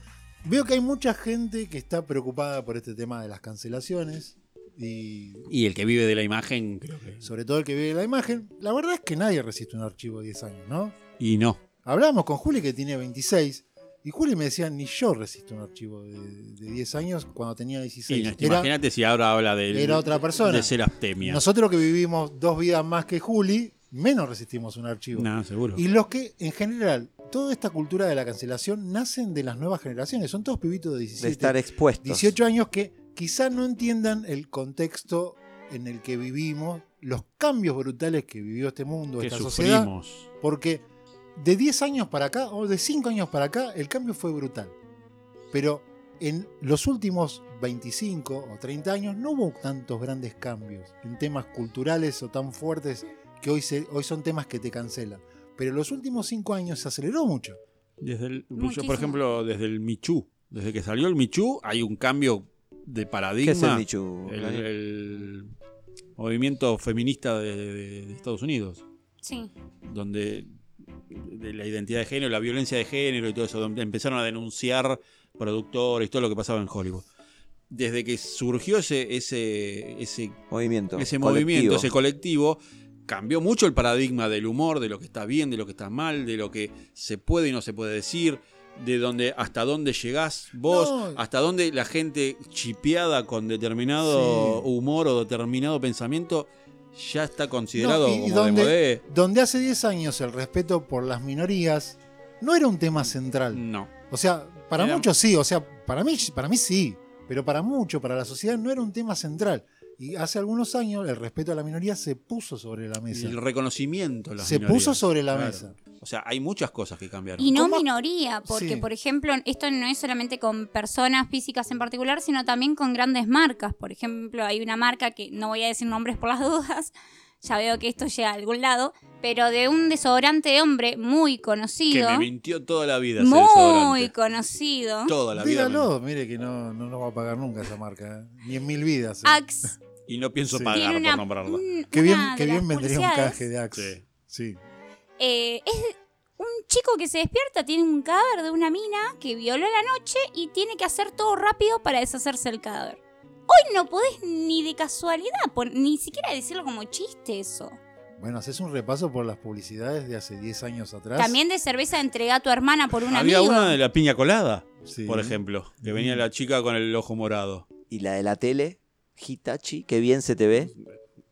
S1: veo que hay mucha gente que está preocupada por este tema de las cancelaciones. Y
S2: Y el que vive de la imagen, creo que.
S1: sobre todo el que ve la imagen. La verdad es que nadie resiste un archivo de 10 años, ¿no?
S2: Y no.
S1: Hablábamos con Juli, que tiene 26, y Juli me decía, ni yo resisto un archivo de, de 10 años cuando tenía
S2: Y no,
S1: 16. Era-
S2: Imagínate si ahora habla de,
S1: era otra persona.
S2: de ser astemia.
S1: nosotros que vivimos dos vidas más que Juli, menos resistimos un archivo.
S2: No, seguro.
S1: Y los que, en general, toda esta cultura de la cancelación nacen de las nuevas generaciones. Son todos pibitos de
S3: de estar
S1: 17,
S3: expuestos.
S1: 18 años que quizá no entiendan el contexto en el que vivimos, los cambios brutales que vivió este mundo,
S2: que
S1: esta sociedad.
S2: sufrimos.
S1: Porque de 10 años para acá, o de 5 años para acá, el cambio fue brutal. Pero en los últimos 25 o 30 años no hubo tantos grandes cambios en temas culturales o tan fuertes que hoy, se, hoy son temas que te cancelan. Pero en los últimos 5 años se aceleró mucho.
S2: Desde el, yo,
S4: Muchísimo.
S2: por ejemplo, desde el Michu, desde que salió el Michu, hay un cambio de
S3: ¿Qué
S2: paradigma.
S3: es el Michu?
S2: El, el movimiento feminista de, de- de Estados Unidos,
S4: Sí.
S2: donde de la identidad de género, la violencia de género y todo eso, donde empezaron a denunciar productores, todo lo que pasaba en Hollywood. Desde que surgió ese, ese, ese
S3: movimiento.
S2: ese
S3: colectivo.
S2: movimiento, ese colectivo, cambió mucho el paradigma del humor, de lo que está bien, de lo que está mal, de lo que se puede y no se puede decir, de dónde, hasta dónde llegás vos,
S1: No.
S2: hasta dónde la gente chipeada con determinado
S1: Sí.
S2: humor o determinado pensamiento ya está considerado
S1: No, y- y
S2: como
S1: dónde-
S2: de modé.
S1: Donde hace 10 años el respeto por las minorías no era un tema central.
S2: No.
S1: O sea, para
S2: Era-
S1: muchos sí, o sea, para mí, para mí sí, pero para mucho, para la sociedad no era un tema central. Y hace algunos años el respeto a la minoría se puso sobre la mesa.
S2: El reconocimiento. a las
S1: Se
S2: minorías.
S1: puso sobre la
S2: Claro.
S1: mesa.
S2: O sea, hay muchas cosas que cambiaron.
S4: Y no
S1: ¿Cómo?
S4: minoría, porque
S1: Sí.
S4: por ejemplo, esto no es solamente con personas físicas en particular, sino también con grandes marcas. Por ejemplo, hay una marca que no voy a decir nombres por las (laughs) dudas, ya veo que esto llega a algún lado, pero de un desodorante de hombre muy
S2: que
S4: conocido,
S2: me mintió toda la vida. ese
S4: muy
S2: desodorante.
S4: conocido,
S2: Toda la vida.
S1: Dígalo, mire que no, no nos va a pagar nunca esa marca, ¿eh? ni en mil vidas. ¿eh?
S4: Axe
S2: me- Y no pienso
S1: Sí.
S2: pagar
S4: tiene
S2: por
S4: una,
S2: nombrarla.
S4: un-
S1: Qué bien,
S4: una de
S1: qué bien
S4: las
S1: vendría un
S4: publicidades,
S1: caje de Axe.
S2: Sí.
S1: Sí.
S4: eh, es un chico que se despierta, tiene un cadáver de una mina que violó a la noche y tiene que hacer todo rápido para deshacerse del cadáver. Hoy no podés ni de casualidad, pon- ni siquiera decirlo como chiste eso.
S1: Bueno, haces un repaso por las publicidades de hace 10 años atrás.
S4: También de cerveza entrega a tu hermana por un
S2: Había
S4: amigo.
S2: una de la piña colada,
S1: Sí.
S2: por ejemplo, que
S1: Mm.
S2: venía la chica con el ojo morado.
S3: Y la de la tele, Hitachi, que bien se te ve,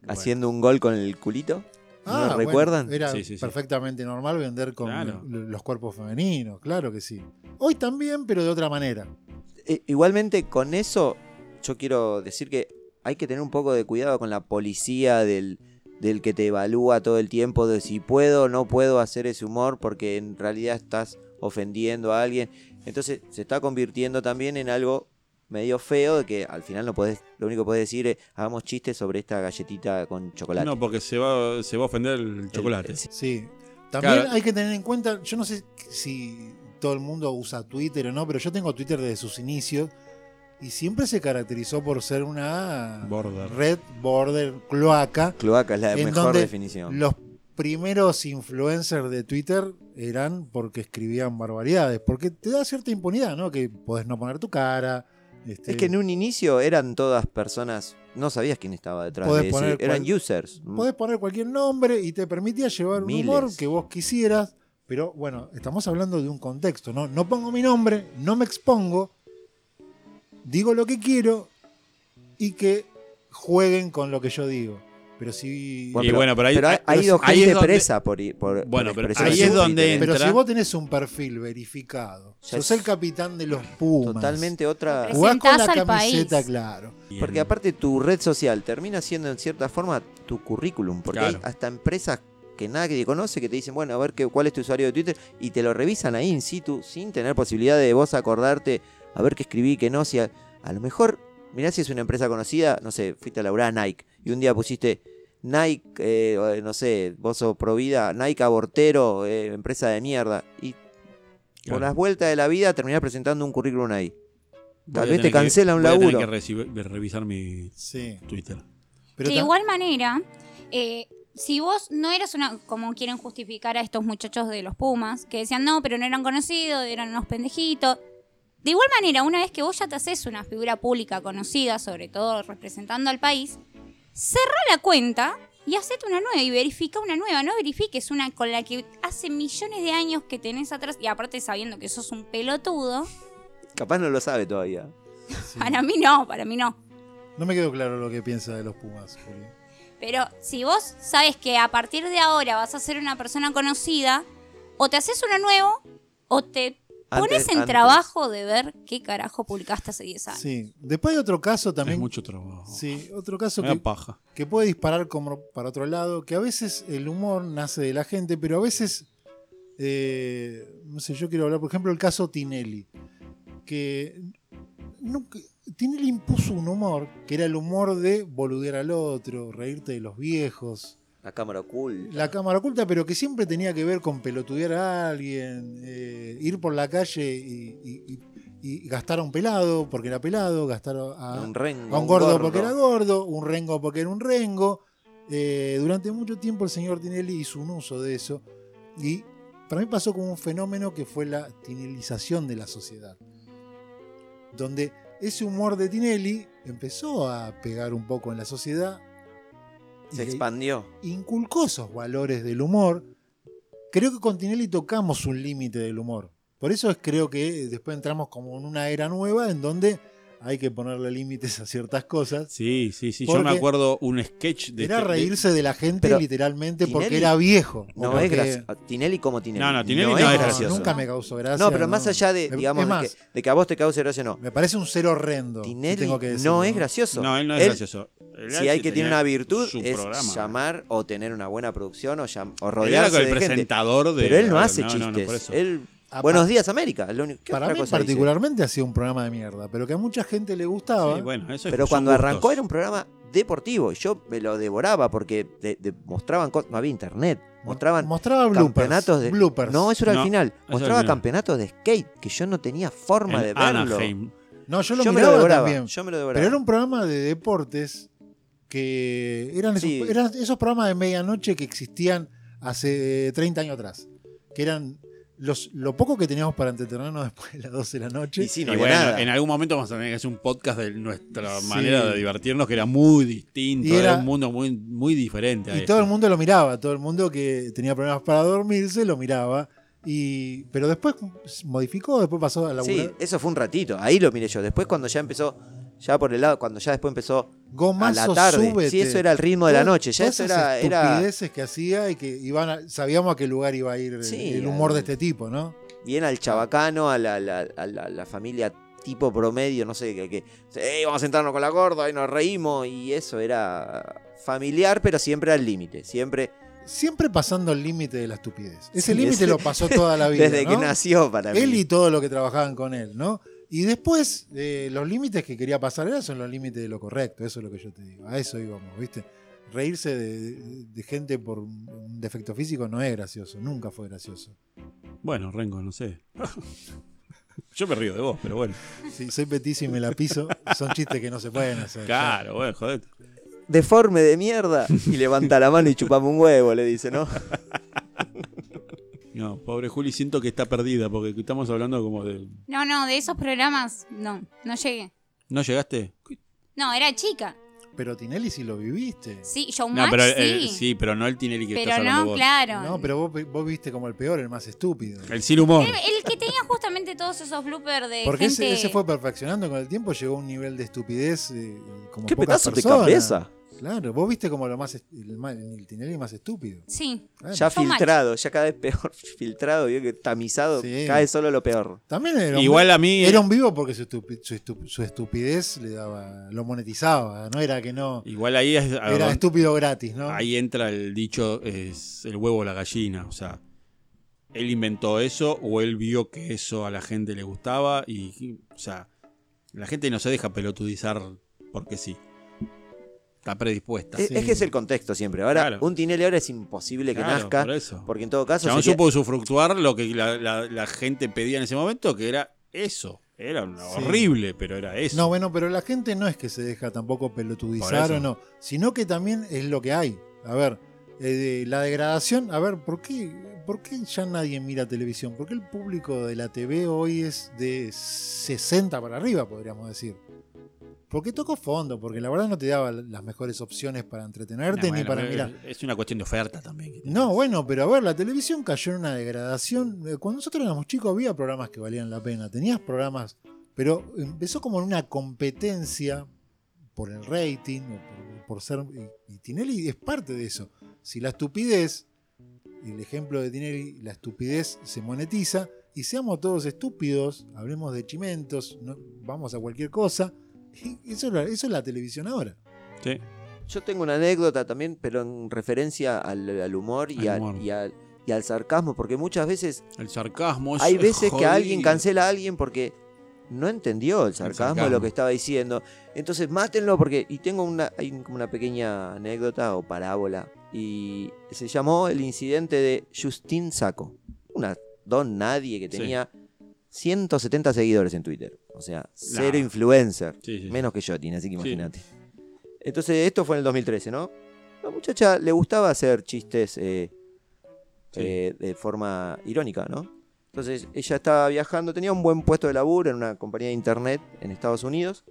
S3: haciendo un gol con el culito. ¿No
S1: Ah,
S3: lo
S1: bueno,
S3: recuerdan?
S1: era
S2: Sí, sí, sí.
S1: perfectamente normal vender con
S2: Claro.
S1: l- los cuerpos femeninos, claro que sí. Hoy también, pero de otra manera.
S3: Eh, igualmente, con eso, yo quiero decir que hay que tener un poco de cuidado con la policía del, del que te evalúa todo el tiempo de si puedo o no puedo hacer ese humor porque en realidad estás ofendiendo a alguien. Entonces se está convirtiendo también en algo medio feo de que al final no podés, lo único que podés decir es hagamos chistes sobre esta galletita con chocolate.
S2: No, porque se va, se va a ofender el chocolate.
S1: Sí. También
S2: Claro.
S1: hay que tener en cuenta, yo no sé si todo el mundo usa Twitter o no, pero yo tengo Twitter desde sus inicios y siempre se caracterizó por ser una
S2: Border.
S1: red border cloaca,
S3: Cloaca es la
S1: en
S3: mejor
S1: donde
S3: definición.
S1: los primeros influencers de Twitter eran porque escribían barbaridades, porque te da cierta impunidad, ¿no? Que podés no poner tu cara. este,
S3: Es que en un inicio eran todas personas, no sabías quién estaba detrás
S1: Podés
S3: de ese,
S1: poner
S3: eran
S1: cual-
S3: users.
S1: Podés poner cualquier nombre y te permitía llevar un
S3: Mm. Miles.
S1: humor que vos quisieras, pero bueno, estamos hablando de un contexto, ¿no? No pongo mi nombre, no me expongo, digo lo que quiero y que jueguen con lo que yo digo. Pero si.
S2: Y bueno, pero ahí-
S3: ha, ha
S2: ahí-
S3: ido
S2: ahí
S3: gente
S2: es donde-
S3: presa por, i- por- por
S2: Bueno, pero
S3: expresarse
S2: ahí es
S3: en
S2: donde
S3: Twitter, ¿eh?
S1: pero
S2: entra-
S1: si vos tenés un perfil verificado,
S3: Ya
S1: sos
S3: es-
S1: el capitán de los Pumas.
S3: Totalmente otra.
S4: Representa-
S1: Jugás con la
S4: Presentás al
S1: camiseta,
S4: país.
S1: claro.
S3: Porque aparte tu red social termina siendo en cierta forma tu currículum. Porque
S2: Claro.
S3: hay hasta empresas que nadie te conoce que te dicen, bueno, a ver qué, cuál es tu usuario de Twitter y te lo revisan ahí in situ sin tener posibilidad de vos acordarte a ver qué escribí, qué no. Si a, a lo mejor, mirá si es una empresa conocida, no sé, fuiste a laburar a Nike y un día pusiste Nike, eh, no sé, vos sos provida, Nike abortero, eh, empresa de mierda. Y por
S2: Claro.
S3: las vueltas de la vida terminás presentando un currículum ahí.
S2: Voy
S3: Tal
S2: a
S3: vez te
S2: tener que-
S3: cancela un
S2: voy a tener
S3: laburo.
S2: que recibe- revisar mi
S1: Sí.
S2: Twitter.
S1: Pero
S4: de
S1: ta-
S4: igual manera, eh, si vos no eras una, como quieren justificar a estos muchachos de los Pumas, que decían no, pero no eran conocidos, eran unos pendejitos. De igual manera, una vez que vos ya te haces una figura pública conocida, sobre todo representando al país, cerrá la cuenta y hacete una nueva y verifica una nueva. No verifiques una con la que hace millones de años que tenés atrás y aparte sabiendo que sos un pelotudo.
S3: Capaz no lo sabe todavía.
S4: Para mí no, para mí no.
S1: No me quedó claro lo que piensa de los Pumas, Juli.
S4: Pero si vos sabes que a partir de ahora vas a ser una persona conocida, o te haces uno nuevo, o te pones
S3: Antes-
S4: en
S3: antes.
S4: trabajo de ver qué carajo publicaste hace 10 años.
S1: Sí. Después hay otro caso también.
S2: Es mucho trabajo.
S1: Sí, otro caso
S2: Me da
S1: que,
S2: paja.
S1: que puede disparar como para otro lado, que a veces el humor nace de la gente, pero a veces, eh, no sé, yo quiero hablar, por ejemplo, el caso Tinelli, que nunca- Tinelli impuso un humor, que era el humor de boludear al otro, reírte de los viejos,
S3: La cámara cool.
S1: la cámara oculta, pero que siempre tenía que ver con pelotudear a alguien, eh, ir por la calle y, y- y- y gastar a un pelado porque era pelado, gastar a,
S3: un rengo.
S1: a un gordo, porque era gordo, un rengo porque era un rengo. Eh, durante mucho tiempo el señor Tinelli hizo un uso de eso y para mí pasó como un fenómeno que fue la tinelización de la sociedad, donde ese humor de Tinelli empezó a pegar un poco en la sociedad. y
S3: Se
S1: le-
S3: expandió.
S1: inculcó esos valores del humor. Creo que con Tinelli tocamos un límite del humor. Por eso es, creo que después entramos como en una era nueva en donde hay que ponerle límites a ciertas cosas.
S2: Sí, sí, sí. Yo
S1: Porque
S2: me acuerdo un sketch de. este-
S1: Era
S2: de-
S1: reírse de la gente
S3: Pero
S1: literalmente porque
S3: Tinelli
S1: era viejo. o
S3: No
S1: porque-
S3: es gracioso. Tinelli como Tinelli.
S2: No, no, Tinelli no
S3: es
S2: es
S1: No,
S2: gracioso.
S1: Nunca me causó gracia.
S3: No, pero más allá de,
S1: Es-
S3: digamos,
S1: es
S3: de
S1: más,
S3: que, de que a vos te cause gracia, no.
S1: me parece un ser horrendo. si
S3: Tinelli
S1: tengo que
S3: no
S1: decirlo.
S3: es gracioso.
S2: No, él no es gracioso. Él
S3: Si hay que
S2: tenía
S3: tiene una virtud
S2: su
S3: es
S2: programa.
S3: llamar o tener una buena producción o, llam- o
S2: Él era
S3: rodearse
S2: el
S3: de gente.
S2: presentador de.
S3: Pero él no hace
S2: no, no,
S3: chistes.
S2: por eso.
S3: Él-
S1: Ah,
S3: Buenos
S1: pa-
S3: días América. es lo único- ¿Qué
S1: Para
S3: otra
S1: mí
S3: cosa dice?
S1: particularmente ha sido un programa de mierda, pero que a mucha gente le gustaba.
S2: Sí, bueno, eso es-
S3: Pero
S2: son
S3: cuando
S2: gustos.
S3: arrancó era un programa deportivo. Yo me lo devoraba porque de- de- mostraban cosas. No había internet. Mostraban
S1: Mostraba bloopers,
S3: campeonatos de
S1: bloopers.
S3: No, eso era
S2: No,
S3: al final.
S2: era al
S3: Mostraba
S2: final.
S3: campeonatos de skate que yo no tenía forma
S2: En
S3: de verlo.
S2: Anaheim.
S1: No, yo lo
S3: yo me lo
S1: miraba
S3: devoraba.
S1: también.
S3: Yo me lo devoraba.
S1: pero era un programa de deportes que eran esos,
S3: Sí.
S1: eran esos programas de medianoche que existían hace 30 años atrás. Que eran los, lo poco que teníamos para entretenernos (laughs) después de las 12 de la noche.
S3: Y sí, no
S2: y
S3: había
S2: bueno,
S3: nada.
S2: en algún momento vamos a tener que hacer un podcast de nuestra
S1: Sí.
S2: manera de divertirnos, que era muy distinto,
S1: Y
S2: era,
S1: era-
S2: un mundo muy, muy diferente. a
S1: Y
S2: este.
S1: todo el mundo lo miraba, todo el mundo que tenía problemas para dormirse lo miraba. Y, pero después modificó, después pasó a la
S3: Sí, eso fue un ratito. Ahí lo miré yo. Después cuando ya empezó, ya por el lado, cuando ya después empezó a
S1: Gomazo,
S3: la tarde.
S1: súbete.
S3: Sí, eso era el ritmo de la
S1: Todas-
S3: noche. Ya
S1: todas
S3: eso
S1: esas
S3: era, era
S1: estupideces que hacía y que iban a- sabíamos a qué lugar iba a ir el-
S3: Sí,
S1: el humor
S3: al-
S1: de este tipo, ¿no?
S3: bien al chabacano, a la, la- a la- la familia tipo promedio, no sé, que, que "Eh, vamos a sentarnos con la gorda y nos reímos. Y eso era familiar, pero siempre al límite. Siempre
S1: siempre pasando el límite de la estupidez. Ese
S3: Sí,
S1: límite
S3: ese-
S1: lo pasó toda
S3: (laughs)
S1: la vida.
S3: Desde que
S1: ¿no?
S3: nació para
S1: Él
S3: mí.
S1: y todo lo que trabajaban con él, ¿no? Y después, eh, los límites que quería pasar eran son los límites de lo correcto, eso es lo que yo te digo. A eso íbamos, ¿viste? Reírse de, de- de gente por un defecto físico no es gracioso, nunca fue gracioso.
S2: Bueno, Rengo, no sé. (laughs) Yo me río de vos, pero bueno.
S1: Si soy petiso y me la piso, son chistes que no se pueden hacer.
S2: Claro, bueno, joder.
S3: Deforme de mierda. Y levanta la mano y chupame un huevo, le dice, ¿no?
S2: No, pobre Juli, siento que está perdida porque estamos hablando como de.
S4: No, no, de esos programas, no, no llegué.
S2: ¿No llegaste?
S4: No, era chica.
S1: Pero Tinelli sí lo viviste.
S4: Sí, Showmatch,
S2: No, pero
S4: sí.
S2: eh, sí, pero no el Tinelli que estás
S4: pero
S2: hablando
S4: no,
S2: vos.
S4: claro.
S1: No, pero vos, vos viste como el peor, el más estúpido.
S2: El sin humor.
S4: El, el que tenía justamente todos esos bloopers de
S1: Porque ese-
S4: gente...
S1: ese, fue perfeccionando con el tiempo, llegó a un nivel de estupidez eh, como
S3: ¿Qué
S1: pocas
S3: pedazo de
S1: personas.
S3: cabeza?
S1: Claro, vos viste como lo más est- el, ma- el Tinelli más estúpido.
S4: Sí,
S1: Claro.
S3: Ya
S4: Showmatch.
S3: filtrado, ya cada vez peor (laughs) filtrado, vio que tamizado,
S1: Sí.
S3: cae solo lo peor.
S1: También era un,
S2: Igual a
S3: eh.
S2: mí.
S1: era un vivo porque su, estupi- su estu- su estupidez le daba, lo monetizaba, no era que no,
S2: Igual ahí es. a
S1: era
S2: donde-
S1: estúpido gratis, ¿no?
S2: Ahí entra el dicho: es el huevo o la gallina. O sea, él inventó eso o él vio que eso a la gente le gustaba. Y, o sea, la gente no se deja pelotudizar porque sí. Está predispuesta.
S1: Eh,
S3: E, Es, es que es el contexto siempre. Ahora,
S2: Claro.
S3: un Tinelli ahora es imposible que
S2: Claro,
S3: nazca,
S2: por eso.
S3: porque en todo caso
S2: Chabón
S3: sería-
S2: supo usufructuar lo que la, la- la gente pedía en ese momento, que era eso. Era una-
S1: Sí.
S2: horrible, pero era eso.
S1: No, bueno, pero la gente no es que se deja tampoco pelotudizar
S2: Por eso.
S1: o no, sino que también es lo que hay. A ver, eh, de- la degradación, a ver, ¿por qué, ¿por qué ya nadie mira televisión? ¿Por qué el público de la TV hoy es de 60 para arriba, podríamos decir? Porque tocó fondo, porque la verdad no te daba las mejores opciones para
S2: Nah,
S1: entretenerte ni
S2: bueno,
S1: para
S2: pero
S1: mirar.
S2: Es una cuestión de oferta también. que
S1: No,
S2: tenés.
S1: bueno, pero a ver, la televisión cayó en una degradación. Eh, Cuando nosotros éramos chicos había programas que valían la pena, tenías programas, pero empezó como en una competencia por el rating, o por, por ser... Y, y Tinelli es parte de eso. Si la estupidez, el ejemplo de Tinelli, la estupidez se monetiza, y seamos todos estúpidos, hablemos de chimentos, no- vamos a cualquier cosa, y eso, es la- eso es la televisión ahora.
S2: Sí.
S3: Yo tengo una anécdota también, pero en referencia al, al humor,
S2: Al
S3: y, al-
S2: humor.
S3: y al- y al sarcasmo, porque muchas veces
S2: El sarcasmo es
S3: hay veces que
S2: jodido.
S3: alguien cancela a alguien porque no entendió el sarcasmo, de
S2: sarcasmo.
S3: lo que estaba diciendo. Entonces mátenlo porque... Y tengo una, hay como una pequeña anécdota o parábola. Y se llamó el incidente de Justin Saco. Una don nadie que
S2: Sí.
S3: tenía 170 seguidores en Twitter. O sea, cero
S2: Nah.
S3: influencer.
S2: Sí, sí, sí.
S3: Menos que yo tiene, así que
S2: Sí.
S3: imagínate. Entonces, esto fue en el 2013, ¿no? La muchacha le gustaba hacer chistes eh,
S2: Sí.
S3: eh, de forma irónica, ¿no? Entonces, ella estaba viajando, tenía un buen puesto de laburo en una compañía de internet en Estados Unidos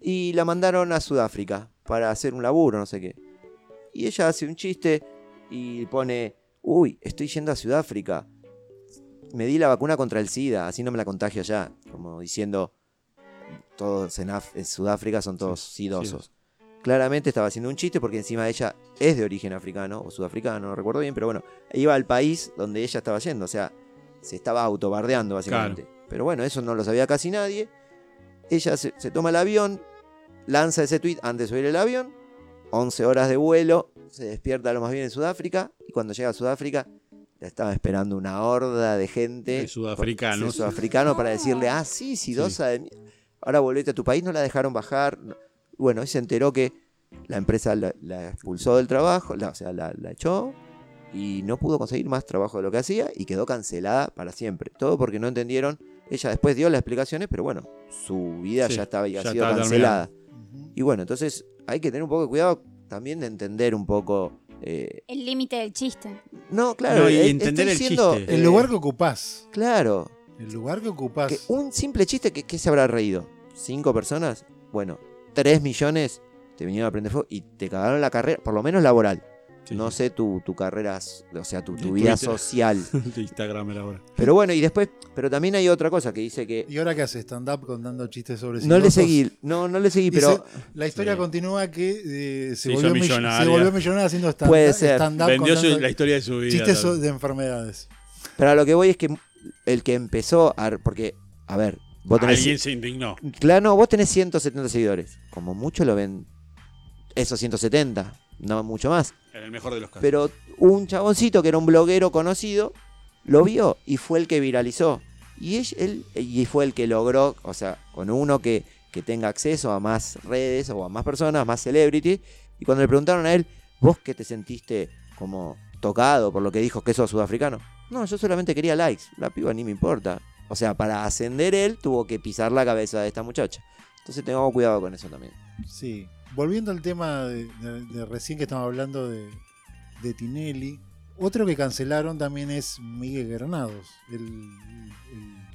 S3: y la mandaron a Sudáfrica para hacer un laburo, no sé qué. Y ella hace un chiste y pone, uy, estoy yendo a Sudáfrica. Me di la vacuna contra el SIDA, así no me la contagio allá. Como diciendo, todos en, Af- en Sudáfrica son todos sidosos. Claramente estaba haciendo un chiste porque encima ella es de origen africano o sudafricano, no recuerdo bien, pero bueno, e iba al país donde ella estaba yendo, o sea, se estaba autobardeando básicamente. Pero bueno, eso no lo sabía casi nadie. Ella se, se toma el avión, lanza ese tweet antes de subir el avión, 11 horas de vuelo, se despierta lo más bien en Sudáfrica y cuando llega a Sudáfrica la estaba esperando una horda de gente
S2: De sudafricanos.
S3: Sí, sudafricanos para
S4: No.
S3: decirle, ah, sí, sidosa de mi- ahora volvete a tu país, no la dejaron bajar. Bueno, y se enteró que la empresa la, la expulsó del trabajo, la- o sea, la, la echó y no pudo conseguir más trabajo de lo que hacía y quedó cancelada para siempre. Todo porque no entendieron. Ella después dio las explicaciones, pero bueno, su vida
S2: Sí,
S3: ya estaba ya
S2: ya
S3: ha sido
S2: estaba
S3: cancelada.
S1: Ujú.
S3: Y bueno, entonces hay que tener un poco de cuidado también de entender un poco. eh,
S4: el límite del chiste.
S3: no, claro,
S2: No, y
S3: eh,
S2: entender
S3: estoy
S2: el
S3: siendo,
S2: chiste.
S1: El
S3: eh,
S1: lugar que ocupás,
S3: Claro,
S1: el lugar que ocupás...
S3: que un simple chiste que, que se habrá reído. ¿Cinco personas? Bueno, tres millones te vinieron a prender fuego y te cagaron la carrera, por lo menos laboral.
S2: Sí,
S3: no
S2: sí.
S3: sé tu, tu carrera, s- o sea, tu, tu
S2: Ni
S3: vida
S2: Twitter.
S3: social.
S2: (laughs) De Instagram era ahora.
S3: Pero bueno, y después, pero también hay otra cosa que dice que...
S1: ¿Y ahora qué hace? ¿Stand-up contando chistes sobre
S3: No le
S1: psicólogos?
S3: seguí, no, no le seguí,
S1: Y
S3: pero
S1: se- la historia
S2: Sí.
S1: continúa que eh, se,
S2: Se hizo
S1: volvió millo-
S2: millonaria.
S1: se volvió millonaria haciendo stand-
S3: Puede ser.
S1: stand-up
S2: Vendió su-
S1: contando
S2: la historia de su vida.
S1: chistes
S2: tal.
S1: so- de enfermedades.
S3: para lo que voy es que el que empezó a... Porque, a ver, vos tenés...
S2: Alguien se indignó.
S3: Claro, no, vos tenés 170 seguidores. Como mucho lo ven esos 170, no mucho más.
S2: En el mejor de los casos.
S3: Pero un chaboncito que era un bloguero conocido lo vio y fue el que viralizó. Y, es- él, y fue el que logró, o sea, con uno que, que tenga acceso a más redes o a más personas, más celebrities. Y cuando le preguntaron a él, ¿vos qué te sentiste como tocado por lo que dijo que sos sudafricano? No, yo solamente quería likes. La piba ni me importa. O sea, para ascender él tuvo que pisar la cabeza de esta muchacha. Entonces tengamos cuidado con eso también.
S1: Sí. Volviendo al tema de, de- de recién que estábamos hablando de, de Tinelli, otro que cancelaron también es Miguel Granados, el, el-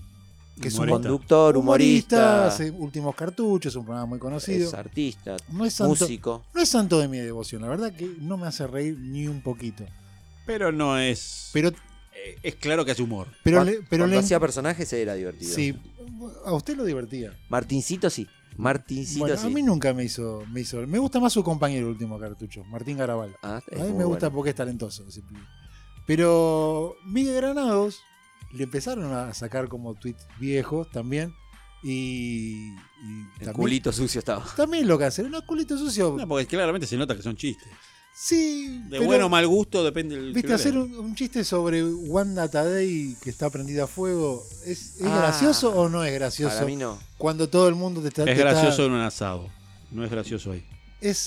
S1: que es un
S2: Humorista.
S3: Conductor, humorista,
S1: hace últimos cartuchos, es un programa muy conocido.
S3: es artista,
S1: No es, santo,
S3: músico.
S1: no es santo de mi devoción, la verdad que no me hace reír ni un poquito.
S2: Pero no es.
S1: Pero,
S2: eh, es claro que hace humor.
S1: pero,
S3: Cuan-
S1: le, pero
S3: cuando
S1: le-
S3: hacía personajes era divertido.
S1: sí, a usted lo divertía.
S3: Martincito sí. Martincito
S1: Bueno,
S3: sí.
S1: a mí nunca me hizo, me hizo. Me gusta más su compañero el último cartucho, Martín Garabal.
S3: Ah, es
S1: A mí
S3: muy
S1: me gusta
S3: bueno.
S1: porque es talentoso. ese pibe. Pero Miguel Granados le empezaron a sacar como tweets viejos también. Y, y
S3: El
S1: también,
S3: culito sucio estaba.
S1: también lo que hacen. No, culito sucio.
S2: No, porque claramente se nota que son chistes.
S1: sí,
S2: De
S1: pero,
S2: bueno o mal gusto depende del. que
S1: Viste,
S2: lo
S1: hacer
S2: lea.
S1: un, un chiste sobre Wanda Tadei que está prendida a fuego, ¿es, es
S3: Ah.
S1: gracioso o no es
S3: Para
S1: gracioso?
S3: mí no.
S1: Cuando todo el mundo te está...
S2: Es
S1: te está-
S2: gracioso en un asado. No es gracioso ahí.